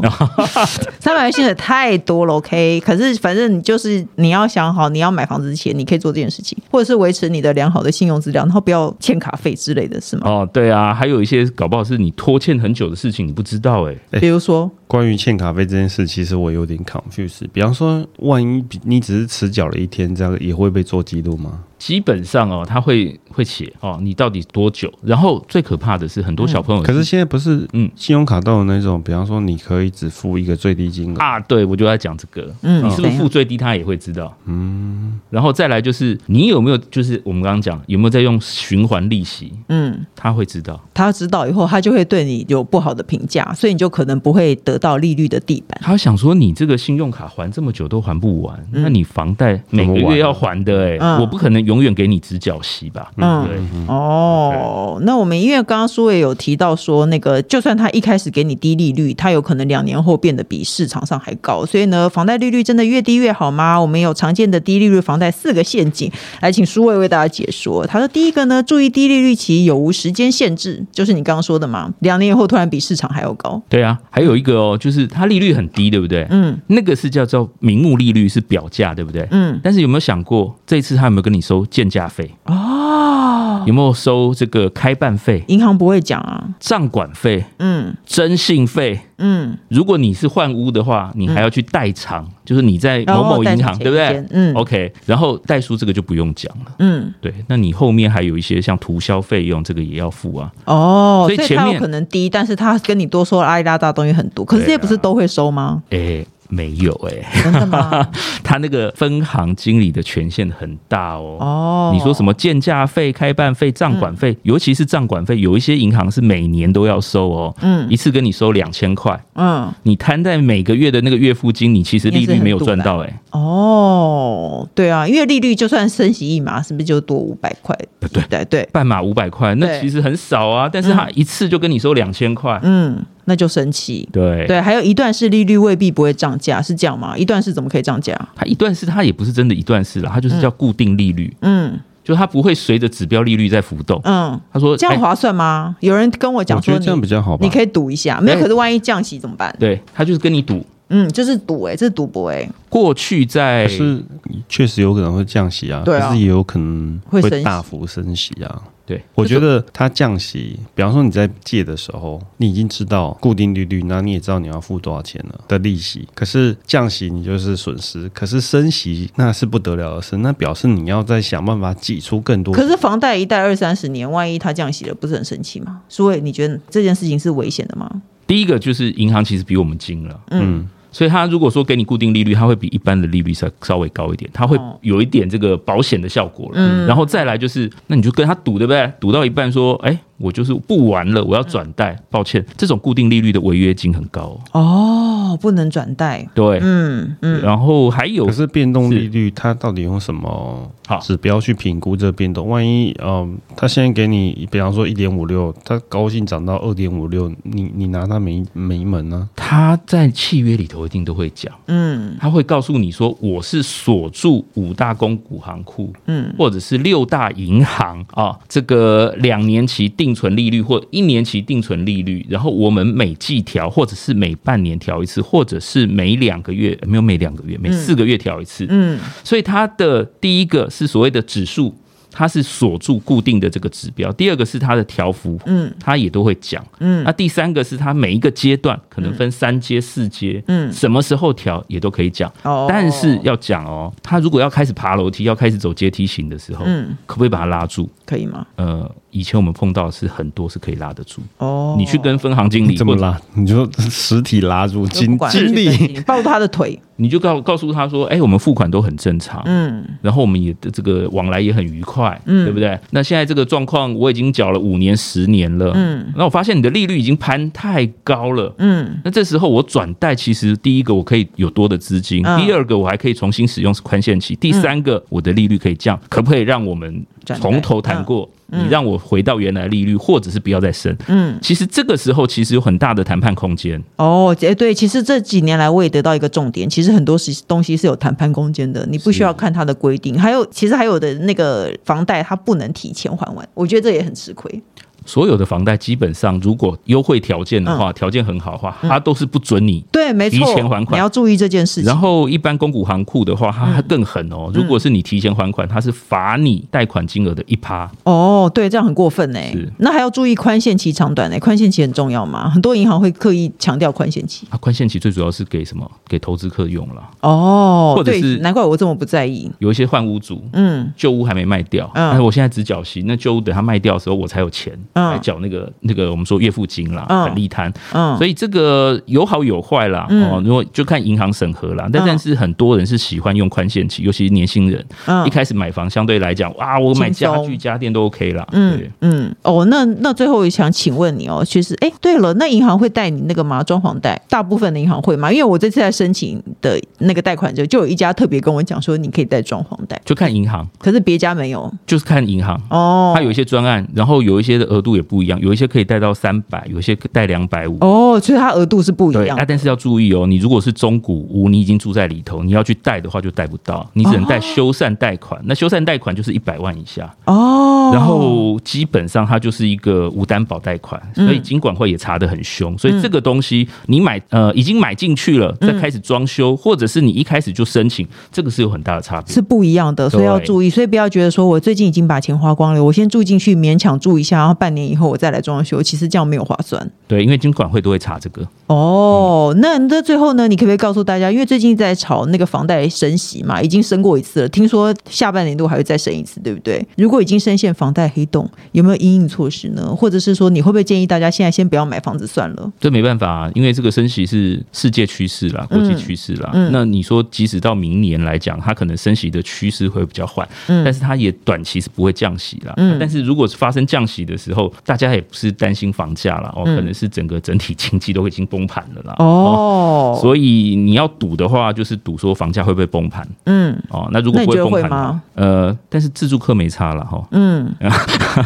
Speaker 1: 三百万薪水太多了，OK。可是反正你就是你要想好，你要买房子之前，你可以做这件事情，或者是维持你的良好的信用质量，然后不要欠卡费之类的，是吗？
Speaker 2: 哦，对啊，还有一些搞不好是你拖欠很久的事情，你不知道哎、
Speaker 3: 哎
Speaker 1: 比如说，
Speaker 3: 关于欠卡费这件事，其实我有点 confused。比方说，万一比你只是迟缴了一天，这样也会被做记录吗？
Speaker 2: 基本上哦，他会会写哦，你到底多久？然后最可怕的是，很多小朋友、
Speaker 3: 可是现在不是，
Speaker 2: 嗯
Speaker 3: 嗯，信用卡都有那种，比方说你可以只付一个最低金额，
Speaker 2: 啊，对我就在讲这个，
Speaker 1: 嗯
Speaker 2: 你是不
Speaker 1: 怎
Speaker 2: 是
Speaker 1: 样
Speaker 2: 付最低，他也会知道，嗯。然后再来就是你有没有，就是我们刚刚讲有没有在用循环利息，
Speaker 1: 嗯，
Speaker 2: 他会知道，
Speaker 1: 他知道以后，他就会对你有不好的评价，所以你就可能不会得到利率的地板。
Speaker 2: 他想说你这个信用卡还这么久都还不完，那你房贷每个
Speaker 3: 怎么
Speaker 2: 月
Speaker 3: 还啊
Speaker 2: 要还的、欸，哎、
Speaker 1: 嗯
Speaker 2: 我不可能永远给你直角息吧，
Speaker 1: 嗯
Speaker 2: 对。
Speaker 1: 哦，那我们因为刚刚苏伟有提到说，那个就算他一开始给你低利率，他有可能两年后变得比市场上还高，所以呢，房贷利率真的越低越好吗？我们有常见的低利率房贷四个陷阱，来请苏伟为大家解说。他说，第一个呢，注意低利率期有无时间限制，就是你刚刚说的嘛，两年以后突然比市场还要高。
Speaker 2: 对啊，还有一个哦，就是它利率很低，对不对？
Speaker 1: 嗯，
Speaker 2: 那个是叫做名目利率，是表价，对不对？
Speaker 1: 嗯，
Speaker 2: 但是有没有想过，这次他有没有跟你收建价费？哦，有没有收这个开办费、
Speaker 1: 银行不会讲啊，
Speaker 2: 账管费、
Speaker 1: 嗯
Speaker 2: 征信费？
Speaker 1: 嗯，
Speaker 2: 如果你是换屋的话，你还要去代偿，就是你在某某银行，
Speaker 1: 哦代偿
Speaker 2: 对
Speaker 1: 前一
Speaker 2: 不对
Speaker 1: 天？嗯
Speaker 2: OK，然后代书这个就不用讲了。
Speaker 1: 嗯，
Speaker 2: 对，那你后面还有一些像涂销费用，这个也要付啊。
Speaker 1: 哦，
Speaker 2: 所以前
Speaker 1: 他有
Speaker 2: 面
Speaker 1: 可能低，但是他跟你多说拉一拉大东西很多，可是这些不
Speaker 2: 啊
Speaker 1: 是都会收吗？
Speaker 2: 诶、哎没有诶、
Speaker 1: 真的吗？
Speaker 2: 他那个分行经理的权限很大哦。
Speaker 1: 哦，嗯
Speaker 2: 你说什么建价费、开办费、账管费，尤其是账管费，有一些银行是每年都要收哦，
Speaker 1: 嗯
Speaker 2: 一次跟你收两千块，
Speaker 1: 嗯，
Speaker 2: 你摊在每个月的那个月付金，你其实利率没有赚到哎、
Speaker 1: 哦，对啊，因为利率就算升息一码，是不是就多五百块？对对对，
Speaker 2: 半码五百块，那
Speaker 1: 对
Speaker 2: 其实很少啊，但是他一次就跟你收两千块，
Speaker 1: 嗯，那就生气。
Speaker 2: 对，
Speaker 1: 对，还有一段是利率未必不会涨价，是这样吗？一段是怎么可以涨价？
Speaker 2: 它一段是它也不是真的一段式啦，它就是叫固定利率，
Speaker 1: 嗯
Speaker 2: 就它不会随着指标利率在浮动。
Speaker 1: 嗯，
Speaker 2: 他说
Speaker 1: 这样
Speaker 2: 哎
Speaker 1: 划算吗？有人跟我讲
Speaker 3: 我觉
Speaker 1: 说
Speaker 3: 得这样比
Speaker 1: 你
Speaker 3: 较好吧
Speaker 1: 你。可以赌一下，没有，
Speaker 2: 哎
Speaker 1: 可是万一降息怎么办？
Speaker 2: 对，他就是跟你赌。
Speaker 1: 嗯，这是赌哎、这是赌博哎、
Speaker 2: 过去在
Speaker 3: 可是确实有可能会降息啊，
Speaker 1: 对啊
Speaker 3: 可是也有可能
Speaker 1: 会
Speaker 3: 会
Speaker 1: 升息
Speaker 3: 大幅升息啊。
Speaker 2: 对，
Speaker 3: 我觉得它降息，比方说你在借的时候，你已经知道固定利率，那你也知道你要付多少钱了的利息。可是降息你就是损失，可是升息那是不得了的事，那表示你要再想办法挤出更多。
Speaker 1: 可是房贷一贷二三十年，万一它降息了，不是很生气吗？所以你觉得这件事情是危险的吗？
Speaker 2: 第一个就是银行其实比我们精了，
Speaker 3: 嗯，
Speaker 2: 所以它如果说给你固定利率，它会比一般的利率稍稍微高一点，它会
Speaker 1: 哦
Speaker 2: 有一点这个保险的效果了。然后再来就是，那你就跟他赌，对不对？赌到一半说，哎、我就是不玩了，我要转贷，抱歉，这种固定利率的违约金很高。
Speaker 1: 哦，不能转贷。
Speaker 2: 对，
Speaker 1: 嗯嗯，
Speaker 2: 然后还有
Speaker 3: 可是变动利率它到底用什么
Speaker 2: 好
Speaker 3: 指标去评估这变动？万一嗯，它现在给你，比方说一点五六，它高兴涨到二点五六，你你拿它没没门啊呢、
Speaker 2: 他在契约里头一定都会讲，
Speaker 1: 嗯
Speaker 2: 他会告诉你说，我是锁住五大公股行库，
Speaker 1: 嗯，
Speaker 2: 或者是六大银行啊，这个两年期定存利率或一年期定存利率，然后我们每季调，或者是每半年调一次，或者是每两个月呃没有每两个月，每四个月调一次。
Speaker 1: 嗯，
Speaker 2: 所以它的第一个是所谓的指数。它是锁住固定的这个指标，第二个是它的条幅，
Speaker 1: 嗯，
Speaker 2: 它也都会讲，
Speaker 1: 嗯
Speaker 2: 那第三个是它每一个阶段可能分三阶、四阶，
Speaker 1: 嗯
Speaker 2: 什么时候调也都可以讲，
Speaker 1: 哦
Speaker 2: 但是要讲哦，他如果要开始爬楼梯，要开始走阶梯型的时候，
Speaker 1: 嗯
Speaker 2: 可不可以把它拉住？
Speaker 1: 可以吗？
Speaker 2: 呃，以前我们碰到的是很多是可以拉得住，
Speaker 1: 哦，
Speaker 2: 你去跟分行经
Speaker 3: 你
Speaker 2: 理
Speaker 3: 怎么
Speaker 2: 或者
Speaker 3: 拉？你就实体拉
Speaker 1: 就不
Speaker 3: 住经
Speaker 1: 管
Speaker 3: 经理，
Speaker 1: 你抱住他的 腿，
Speaker 2: 你就告告诉他说，哎、我们付款都很正常，
Speaker 1: 嗯
Speaker 2: 然后我们也这个往来也很愉快，
Speaker 1: 嗯
Speaker 2: 对不对？那现在这个状况我已经缴了五年、十年了，
Speaker 1: 嗯
Speaker 2: 那我发现你的利率已经攀太高了。
Speaker 1: 嗯
Speaker 2: 那这时候我转贷，其实第一个我可以有多的资金，
Speaker 1: 嗯
Speaker 2: 第二个我还可以重新使用宽限期，第三个我的利率可以降，可不可以让我们
Speaker 1: 转贷嗯
Speaker 2: 从头谈过？你让我回到原来利率，或者是不要再升。
Speaker 1: 嗯，
Speaker 2: 其实这个时候其实有很大的谈判空间。
Speaker 1: 哦，哎，对，其实这几年来我也得到一个重点，其实很多是东西是有谈判空间的，你不需要看它的规定。还有，其实还有的那个房贷，它不能提前还完，我觉得这也很吃亏。
Speaker 2: 所有的房贷基本上，如果优惠条件的
Speaker 1: 嗯
Speaker 2: 话，条件很好的话，它都是不准你。
Speaker 1: 对，没错，
Speaker 2: 提前还款
Speaker 1: 你要注意这件事情。
Speaker 2: 然后，一般公股行库的话，它
Speaker 1: 嗯
Speaker 2: 更狠哦。如果是你提前还款，它是罚你贷款金额的一趴。
Speaker 1: 哦，对，这样很过分哎
Speaker 2: 是。
Speaker 1: 那还要注意宽限期长短哎，宽限期很重要嘛，很多银行会刻意强调宽限期。
Speaker 2: 啊，宽限期最主要是给什么？给投资客用了。
Speaker 1: 哦
Speaker 2: 或，者
Speaker 1: 对
Speaker 2: 是，
Speaker 1: 难怪我这么不在意。
Speaker 2: 有一些换屋族，
Speaker 1: 嗯，
Speaker 2: 旧屋还没卖掉，
Speaker 1: 嗯
Speaker 2: 但是我现在只缴息，那旧屋等它卖掉的时候，我才有钱
Speaker 1: 嗯
Speaker 2: 来缴那个那个我们说月付金啦、
Speaker 1: 嗯
Speaker 2: 返利摊，
Speaker 1: 嗯
Speaker 2: 所以这个有好有坏啦，
Speaker 1: 嗯
Speaker 2: 哦，如果就看银行审核啦，但
Speaker 1: 嗯
Speaker 2: 但是很多人是喜欢用宽限期，尤其是年轻人，
Speaker 1: 嗯
Speaker 2: 一开始买房相对来讲，哇，我买
Speaker 1: 轻
Speaker 2: 家
Speaker 1: 松
Speaker 2: 具家电都 OK 啦，
Speaker 1: 嗯
Speaker 2: 对。
Speaker 1: 嗯，哦，那那最后想请问你哦，其实哎，对了，那银行会贷你那个吗？装潢贷，大部分的银行会吗？因为我这次在申请的那个贷款就就有一家特别跟我讲说，你可以贷装潢贷，
Speaker 2: 就看银行，
Speaker 1: 可是别家没有
Speaker 2: 就是看银行，
Speaker 1: 哦。
Speaker 2: 它有一些专案，然后有一些的额度也不一样，有一些可以贷到三百，有一些贷两百五，
Speaker 1: 哦，所以它额度是不一
Speaker 2: 对
Speaker 1: 样
Speaker 2: 啊，但是要注意哦，你如果是中古屋，你已经住在里头，你要去贷的话就贷不到，你只能贷修缮贷款。那修缮贷款就是一百万以下，
Speaker 1: 哦。
Speaker 2: 然后基本上它就是一个无担保贷款，
Speaker 1: 嗯
Speaker 2: 所以金管会也查得很凶。所以这个东西你买呃已经买进去了，
Speaker 1: 嗯
Speaker 2: 再开始装修，或者是你一开始就申请，这个是有很大的差别。
Speaker 1: 是不一样的，所以要
Speaker 2: 对
Speaker 1: 注意，所以不要觉得说我最近已经把钱花光了，我先住进去勉强住一下，然后半年以后我再来装修，其实这样没有划算。
Speaker 2: 对，因为金管会都会查这个。
Speaker 1: 哦，那那最后呢？你可不可以告诉大家，因为最近在炒那个房贷升息嘛，已经升过一次了，听说下半年度还会再升一次，对不对？如果已经深陷房贷黑洞，有没有因应措施呢？或者是说，你会不会建议大家现在先不要买房子算了？
Speaker 2: 这没办法、啊，因为这个升息是世界趋势啦，
Speaker 1: 嗯
Speaker 2: 国际趋势啦。那你说，即使到明年来讲，它可能升息的趋势会比较缓，
Speaker 1: 嗯
Speaker 2: 但是它也短期是不会降息啦。但是如果发生降息的时候，大家也不是担心房价啦，哦，可能是整个整体经济都已经崩盘了啦。
Speaker 1: 嗯哦，
Speaker 2: 所以你要赌的话，就是赌说房价会不会崩盘
Speaker 1: 嗯
Speaker 2: 哦。那如果
Speaker 1: 那你
Speaker 2: 不
Speaker 1: 觉得
Speaker 2: 崩盘
Speaker 1: 会
Speaker 2: 的话
Speaker 1: 吗？
Speaker 2: 呃，但是自住客没差了哈，
Speaker 1: 嗯，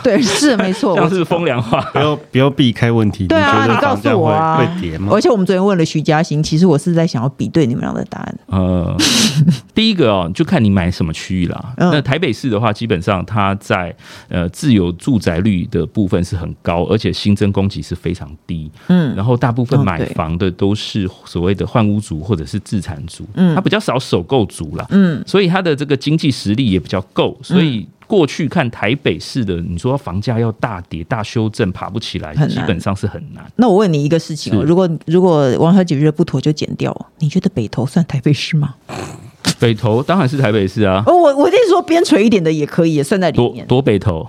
Speaker 1: 对，是没错，
Speaker 2: 像
Speaker 1: 我
Speaker 2: 是风凉话。
Speaker 3: 不要不要避开问题。
Speaker 1: 对啊，
Speaker 3: 你觉
Speaker 1: 你
Speaker 3: 得
Speaker 1: 告
Speaker 3: 房价
Speaker 1: 诉我
Speaker 3: 会、
Speaker 1: 啊，
Speaker 3: 会跌吗？
Speaker 1: 而且我们昨天问了徐嘉欣，其实我是在想要比对你们俩的答案。
Speaker 2: 呃，第一个哦，就看你买什么区域啦。
Speaker 1: 嗯
Speaker 2: 那台北市的话，基本上它在呃自有住宅率的部分是很高，而且新增供给是非常低。
Speaker 1: 嗯
Speaker 2: 然后大部分
Speaker 1: 哦
Speaker 2: 买
Speaker 1: 对
Speaker 2: 房的都是所谓的换屋族或者是自产族，
Speaker 1: 嗯
Speaker 2: 它比较少首购族啦。
Speaker 1: 嗯
Speaker 2: 所以它的这个经济实力也比较够，所以。过去看台北市的，你说房价要大跌、大修正、爬不起来，
Speaker 1: 很难
Speaker 2: 基本上是很难。
Speaker 1: 那我问你一个事情哦，
Speaker 2: 是
Speaker 1: 如果如果王小姐觉得不妥就剪掉，你觉得北投算台北市吗？
Speaker 2: 北投当然是台北市啊，
Speaker 1: 哦，我我跟你说边陲一点的也可以，也算在里
Speaker 2: 多
Speaker 1: 面。
Speaker 2: 多 北投，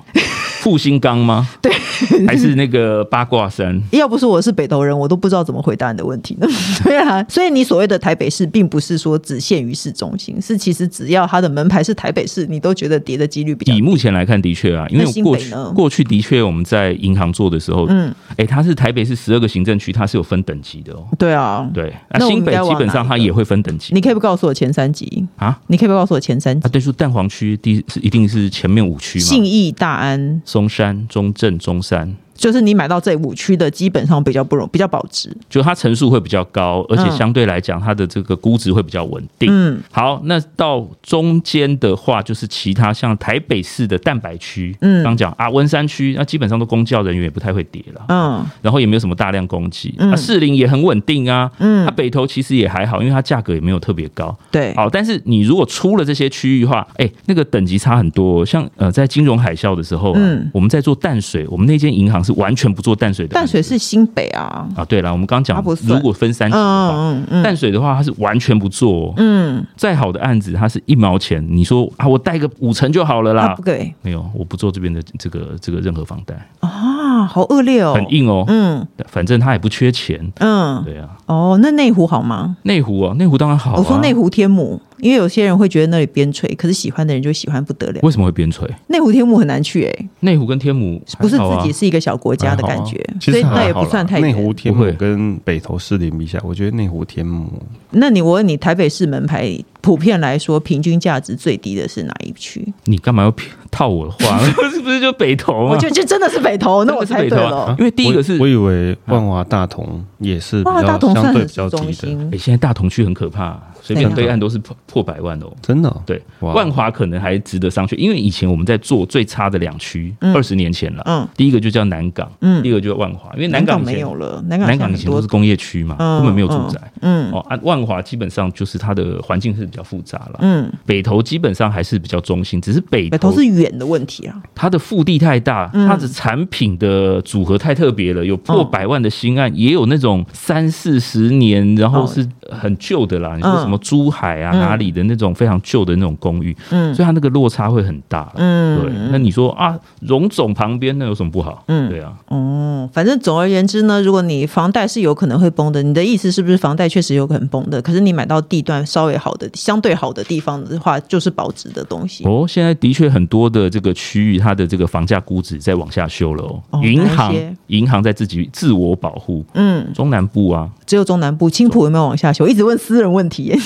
Speaker 2: 复兴岗吗？对， 还是那个八卦山？
Speaker 1: 要不是我是北投人，我都不知道怎么回答你的问题呢。 对啊，所以你所谓的台北市，并不是说只限于市中心，是其实只要它的门牌是台北市，你都觉得跌的几率比较
Speaker 2: 以目前来看，的确啊，因为
Speaker 1: 那新
Speaker 2: 过
Speaker 1: 北
Speaker 2: 去
Speaker 1: 呢
Speaker 2: 过去的确我们在银行做的时候，嗯，哎、它是台北市十二个行政区，它是有分等级的哦。
Speaker 1: 对啊。
Speaker 2: 对，啊、
Speaker 1: 那我们
Speaker 2: 新北
Speaker 1: 应该往
Speaker 2: 基本上
Speaker 1: 哪一
Speaker 2: 它
Speaker 1: 个
Speaker 2: 也会分等级
Speaker 1: 你可以不告诉我前三集，
Speaker 2: 啊。
Speaker 1: 你可以不告诉我前三
Speaker 2: 啊，
Speaker 1: 集，
Speaker 2: 对，说蛋黄区第是一定是前面五区
Speaker 1: 信
Speaker 2: 嘛，
Speaker 1: 义、大安，
Speaker 2: 松山、中正、中山，
Speaker 1: 就是你买到这五区的，基本上比较不容比较保值。
Speaker 2: 就它层数会比较高，而且
Speaker 1: 嗯
Speaker 2: 相对来讲，它的这个估值会比较稳定。
Speaker 1: 嗯，
Speaker 2: 好，那到中间的话，就是其他像台北市的蛋白区，
Speaker 1: 嗯
Speaker 2: 刚讲啊，温山区，那基本上都公教人员也不太会跌了。
Speaker 1: 嗯，
Speaker 2: 然后也没有什么大量供给，啊，士林也很稳定啊，嗯，它北投其实也还好，因为它价格也没有特别高，
Speaker 1: 对，
Speaker 2: 好，但是你如果出了这些区域的话，哎、那个等级差很多哦、像呃，在金融海啸的时候、啊，
Speaker 1: 嗯
Speaker 2: 我们在做淡水，我们那间银行是完全不做淡水的。
Speaker 1: 淡水是新北啊。
Speaker 2: 啊，对了，我们刚
Speaker 1: 它
Speaker 2: 刚
Speaker 1: 不
Speaker 2: 讲，
Speaker 1: 算
Speaker 2: 如果分三级的话。
Speaker 1: 嗯嗯嗯
Speaker 2: 淡水的话，它是完全不做、哦。
Speaker 1: 嗯，
Speaker 2: 再好的案子，它是一毛钱。你说啊，我贷个五成就好了
Speaker 1: 啊
Speaker 2: 啦
Speaker 1: 不。给
Speaker 2: 没有，我不做这边的这个这个任何房贷，
Speaker 1: 啊，好恶劣哦。
Speaker 2: 很硬哦。
Speaker 1: 嗯
Speaker 2: 反正他也不缺钱。
Speaker 1: 嗯，
Speaker 2: 对啊，
Speaker 1: 哦，那内湖好吗？
Speaker 2: 内湖哦，内湖当然好、啊。
Speaker 1: 我说内湖天母，因为有些人会觉得那里边陲，可是喜欢的人就喜欢不得了。
Speaker 2: 为什么会边陲？
Speaker 1: 内湖天母很难去诶、欸
Speaker 2: 内湖跟天母
Speaker 1: 不是
Speaker 2: 还好啊
Speaker 1: 自己是一个小国家的感觉，
Speaker 3: 其
Speaker 1: 所以
Speaker 3: 实
Speaker 1: 那
Speaker 3: 还
Speaker 1: 也
Speaker 3: 好
Speaker 1: 不
Speaker 3: 啦
Speaker 1: 算太
Speaker 3: 内
Speaker 1: 远。
Speaker 3: 湖天
Speaker 2: 不
Speaker 3: 母
Speaker 2: 会
Speaker 3: 跟北投士林比起来，我觉得内湖天母
Speaker 1: 那你我问你，台北市门牌普遍来说，平均价值最低的是哪一区？
Speaker 2: 你干嘛要骗套我的 话？是不是就北投啊嘛？
Speaker 1: 我觉得这真的是北投，那我
Speaker 2: 真
Speaker 1: 猜
Speaker 2: 的是北
Speaker 1: 对
Speaker 2: 投啊
Speaker 1: 了。
Speaker 2: 因为第一个是
Speaker 3: 我，我以为万华大同也是比
Speaker 1: 哇，大
Speaker 3: 较
Speaker 1: 同
Speaker 3: 相
Speaker 1: 算
Speaker 3: 对
Speaker 1: 很
Speaker 3: 比
Speaker 1: 市
Speaker 3: 较
Speaker 1: 中
Speaker 3: 低的，
Speaker 1: 心
Speaker 2: 哎，，现在大同区很可怕，啊随便对岸都是破破百万哦。
Speaker 3: 真的哦。
Speaker 2: 对，
Speaker 3: 哇
Speaker 2: 万华可能还值得商榷，因为以前我们在做最差的两区，
Speaker 1: 嗯
Speaker 2: 二十年前了。
Speaker 1: 嗯
Speaker 2: 第一个就叫南港，
Speaker 1: 嗯
Speaker 2: 第二个就叫万华，因为
Speaker 1: 南港
Speaker 2: 港以
Speaker 1: 没
Speaker 2: 前
Speaker 1: 有了，南港
Speaker 2: 南
Speaker 1: 现在
Speaker 2: 港以
Speaker 1: 很
Speaker 2: 前都
Speaker 1: 多
Speaker 2: 是工业区嘛，
Speaker 1: 嗯
Speaker 2: 根本没有住宅。
Speaker 1: 嗯
Speaker 2: 哦，啊，万华基本上就是它的环境是比较复杂了。
Speaker 1: 嗯，
Speaker 2: 北投基本上还是比较中心，只是北
Speaker 1: 北
Speaker 2: 投
Speaker 1: 投是远的问题啊。
Speaker 2: 它的腹地太大，
Speaker 1: 嗯
Speaker 2: 它的产品的组合太特别了，有
Speaker 1: 哦
Speaker 2: 破百万的新案，也有那种三四十年，然后是
Speaker 1: 哦
Speaker 2: 很旧的啦。你说什么珠海啊、
Speaker 1: 嗯
Speaker 2: 哪里的那种非常旧的那种公寓，
Speaker 1: 嗯
Speaker 2: 所以它那个落差会很大。
Speaker 1: 嗯嗯
Speaker 2: 对，那你说啊，荣总旁边那有什么不好？对啊，
Speaker 1: 哦，反正总而言之呢，如果你房贷是有可能会崩的，你的意思是不是房贷确实有可能崩的？可是你买到地段稍微好的、相对好的地方的话，就是保值的东西。
Speaker 2: 哦，现在的确很多的这个区域，它的这个房价估值在往下修了
Speaker 1: 哦
Speaker 2: 哦。银
Speaker 1: 哪
Speaker 2: 行
Speaker 1: 一些
Speaker 2: 银行在自己自我保护，
Speaker 1: 嗯，
Speaker 2: 中南部啊，
Speaker 1: 只有中南部青浦有没有往下修？一直问私人问题耶，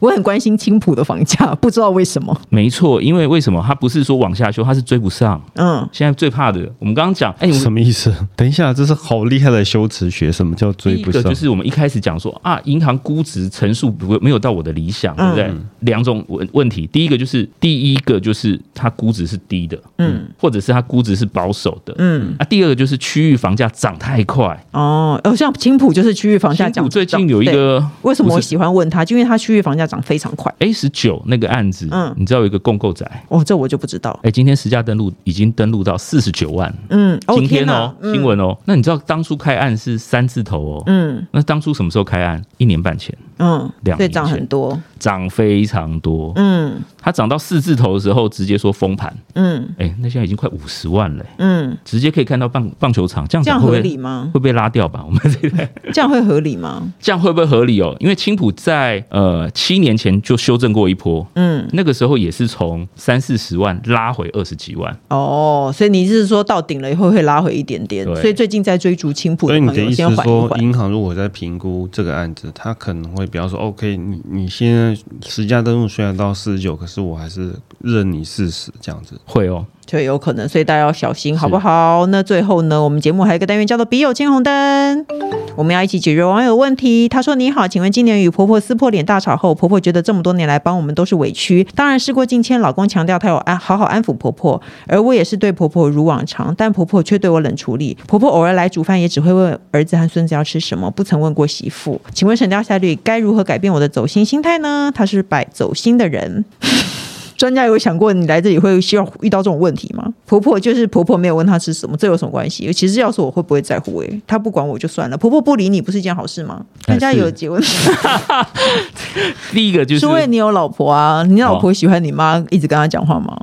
Speaker 1: 我很关心青浦的房价，不知道为什么。
Speaker 2: 没错，因为为什么它不是说往下修，它是追不上。
Speaker 1: 嗯，
Speaker 2: 现在最怕的，我们刚刚讲，哎、 我
Speaker 3: 什
Speaker 2: 们
Speaker 3: 么意思？等一下，这是好厉害的修辞学，什么叫追
Speaker 2: 第一
Speaker 3: 不
Speaker 2: 个
Speaker 3: 上？
Speaker 1: 啊
Speaker 2: 就是我们一开始讲说啊，银行估值乘数不没有到我的理想，对
Speaker 1: 嗯
Speaker 2: 不对？两种问问题，第一个就是第一个就是它估值是低的，嗯，或者是它估值是保守的，嗯，啊，第二个就是区域房价涨太快。
Speaker 1: 哦，哦，像青浦就是区域房价
Speaker 2: 新
Speaker 1: 涨
Speaker 2: 股，最近有一个
Speaker 1: 为什么我
Speaker 2: 不是
Speaker 1: 喜欢问他？就因为他区域房价涨非常快。
Speaker 2: A 十九那个案子，
Speaker 1: 嗯
Speaker 2: 你知道有一个共购宅，哎、
Speaker 1: 哦，这我就不知道。
Speaker 2: 今天实价登录已经登录到四十九万，
Speaker 1: 嗯，哦，
Speaker 2: 今天
Speaker 1: 哪
Speaker 2: 哦，新闻哦，那你知道当初开案是三字头哦，
Speaker 1: 嗯
Speaker 2: 那当初什么时候开案？一年半前，
Speaker 1: 嗯，
Speaker 2: 两
Speaker 1: 对，
Speaker 2: 年
Speaker 1: 涨
Speaker 2: 前
Speaker 1: 很多。
Speaker 2: 涨非常多。
Speaker 1: 嗯
Speaker 2: 它涨到四字头的时候，直接说封盘。
Speaker 1: 嗯
Speaker 2: 哎、那现在已经快五十万了、
Speaker 1: 嗯，
Speaker 2: 直接可以看到棒棒球场，这样
Speaker 1: 这样
Speaker 2: 讲会不
Speaker 1: 合
Speaker 2: 会
Speaker 1: 理吗？
Speaker 2: 会被拉掉吧？我 们这个
Speaker 1: 这样会合理吗？
Speaker 2: 这样会不会合理哦？因为青浦在呃七年前就修正过一波，
Speaker 1: 嗯，
Speaker 2: 那个时候也是从三四十万拉回二十几万。
Speaker 1: 哦，所以你是说到顶了以后会拉回一点点，
Speaker 2: 对
Speaker 1: 所以最近在追逐青浦
Speaker 3: 所
Speaker 1: 的
Speaker 3: 以你
Speaker 1: 朋
Speaker 3: 的
Speaker 1: 友
Speaker 3: 意思
Speaker 1: 先
Speaker 3: 是
Speaker 1: 缓一
Speaker 3: 说，
Speaker 1: 缓。
Speaker 3: 银行如果在评估这个案子，他可能会比方说，OK，你你现在实价登录虽然到四十九，可是我还是认你四十这样子。
Speaker 2: 会哦，
Speaker 1: 就有可能，所以大家要小心，好不好？那最后呢，我们节目还有一个单元叫做“笔友青红灯”，我们要一起解决网友问题。他说：“你好，请问今年与婆婆撕破脸大吵后，婆婆觉得这么多年来帮我们都是委屈，当然事过境迁，老公强调他有安好好安抚婆婆，而我也是对婆婆如往常，但婆婆却对我冷处理。婆婆偶尔来煮饭，也只会问儿子和孙子要吃什么，不曾问过媳妇。请问神雕侠侣该如何改变我的走心心态呢？他是摆走心的人。” 专家有想过你来这里会需要遇到这种问题吗？婆婆就是婆婆没有问她吃什么，这有什么关系？其实要是我会不会在乎、欸？哎，她不管我就算了，婆婆不理你不是一件好事吗？
Speaker 2: 哎
Speaker 1: 人家
Speaker 2: 是
Speaker 1: 有结婚，
Speaker 2: 第一 个就是哦是，
Speaker 1: 因为
Speaker 2: 嗯，
Speaker 1: 你有老婆啊，你老婆喜欢你妈，一直跟她讲话吗？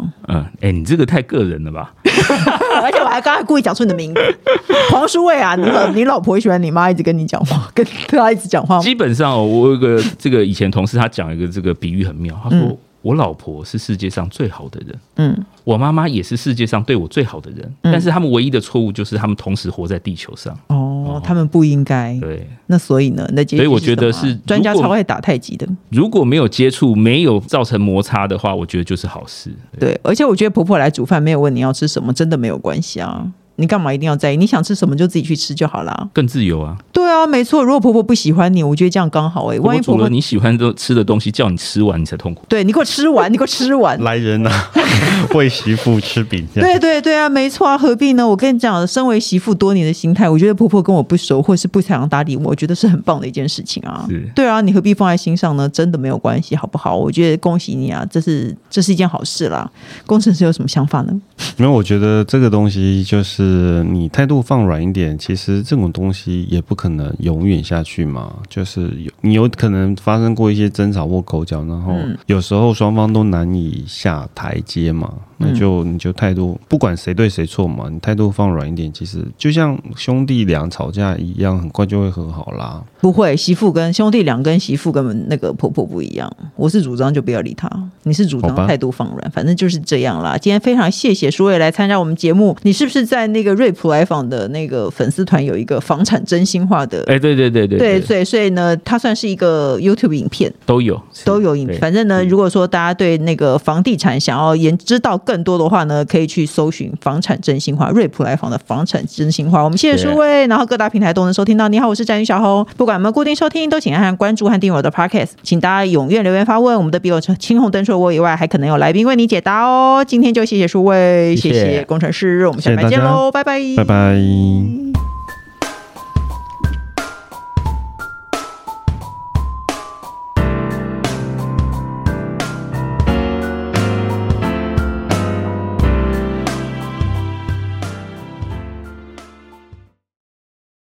Speaker 2: 哎、你这个太个人了吧？
Speaker 1: 而且我还刚才故意讲出你的名字， 黄淑慧啊，你老你老婆喜欢你妈，一直跟你讲话，跟她一直讲话吗，
Speaker 2: 基本上、哦，我有一个这个以前同事，他讲一个这个比喻很妙，他说、
Speaker 1: 嗯
Speaker 2: 我老婆是世界上最好的人，
Speaker 1: 嗯
Speaker 2: 我妈妈也是世界上对我最好的人，
Speaker 1: 嗯
Speaker 2: 但是他们唯一的错误就是他们同时活在地球上。
Speaker 1: 哦，他们不应该。
Speaker 2: 对，
Speaker 1: 那所以呢，那结局
Speaker 2: 所以我觉得
Speaker 1: 什么啊
Speaker 2: 是
Speaker 1: 专家
Speaker 2: 如果
Speaker 1: 超爱打太极的，
Speaker 2: 如果没有接触，没有造成摩擦的话，我觉得就是好事。
Speaker 1: 对。而且我觉得婆婆来煮饭没有问你要吃什么，真的没有关系啊。你干嘛一定要在意？你想吃什么就自己去吃就好啦。
Speaker 2: 更自由啊！
Speaker 1: 对啊，没错。如果婆婆不喜欢你，我觉得这样刚好哎、欸。
Speaker 2: 如
Speaker 1: 万
Speaker 2: 果
Speaker 1: 一婆
Speaker 2: 煮了
Speaker 1: 婆
Speaker 2: 你喜欢的吃的东西，叫你吃完你才痛苦。
Speaker 1: 对你给我吃完，你给我吃完，
Speaker 3: 来人啊， 为媳妇吃饼这样。
Speaker 1: 对对对啊，没错啊，何必呢？我跟你讲，身为媳妇多年的心态，我觉得婆婆跟我不熟，或是不想搭理我，我觉得是很棒的一件事情啊
Speaker 2: 是。
Speaker 1: 对啊，你何必放在心上呢？真的没有关系，好不好？我觉得恭喜你啊，这是这是一件好事啦。工程师有什么想法呢？
Speaker 3: 因为我觉得这个东西就是你态度放软一点，其实这种东西也不可能永远下去嘛。就是有你有可能发生过一些争吵或口角，然后
Speaker 1: 嗯
Speaker 3: 有时候双方都难以下台阶嘛，那就你就态度不管谁对谁错嘛，你态度放软一点，其实就像兄弟俩吵架一样，很快就会和好啦。
Speaker 1: 不会，媳妇跟兄弟俩跟媳妇跟那个婆婆不一样。我是主张就不要理她，你是主
Speaker 3: 好
Speaker 1: 张
Speaker 3: 吧
Speaker 1: 态度放软，反正就是这样啦。今天非常谢谢舒伟来参加我们节目。你是不是在那个瑞普来访的那个粉丝团有一个房产真心话的
Speaker 2: 哎、对对对对
Speaker 1: 对，所以所以呢，它算是一个 YouTube 影片，
Speaker 2: 都有是
Speaker 1: 都有影
Speaker 2: 对
Speaker 1: 片。反正呢，
Speaker 2: 嗯
Speaker 1: 如果说大家对那个房地产想要研知道更多的话呢，可以去搜寻“房产真心话”瑞普来访的“房产真心话”。我们谢谢
Speaker 2: 对
Speaker 1: 舒位，然后各大平台都能收听到。你好，我是詹宇小红。不管有没有固定收听，都请按下关注和订阅我的 Podcast。请大家踊跃留言发问，我们的笔友青红灯除了我以外，还可能有来宾为你解答哦。今天就谢谢舒位，
Speaker 2: 谢
Speaker 1: 谢
Speaker 2: 谢
Speaker 1: 谢工程师，我们下
Speaker 3: 谢谢
Speaker 1: 礼拜见
Speaker 3: 大家
Speaker 1: 喽，拜拜，
Speaker 3: 拜拜。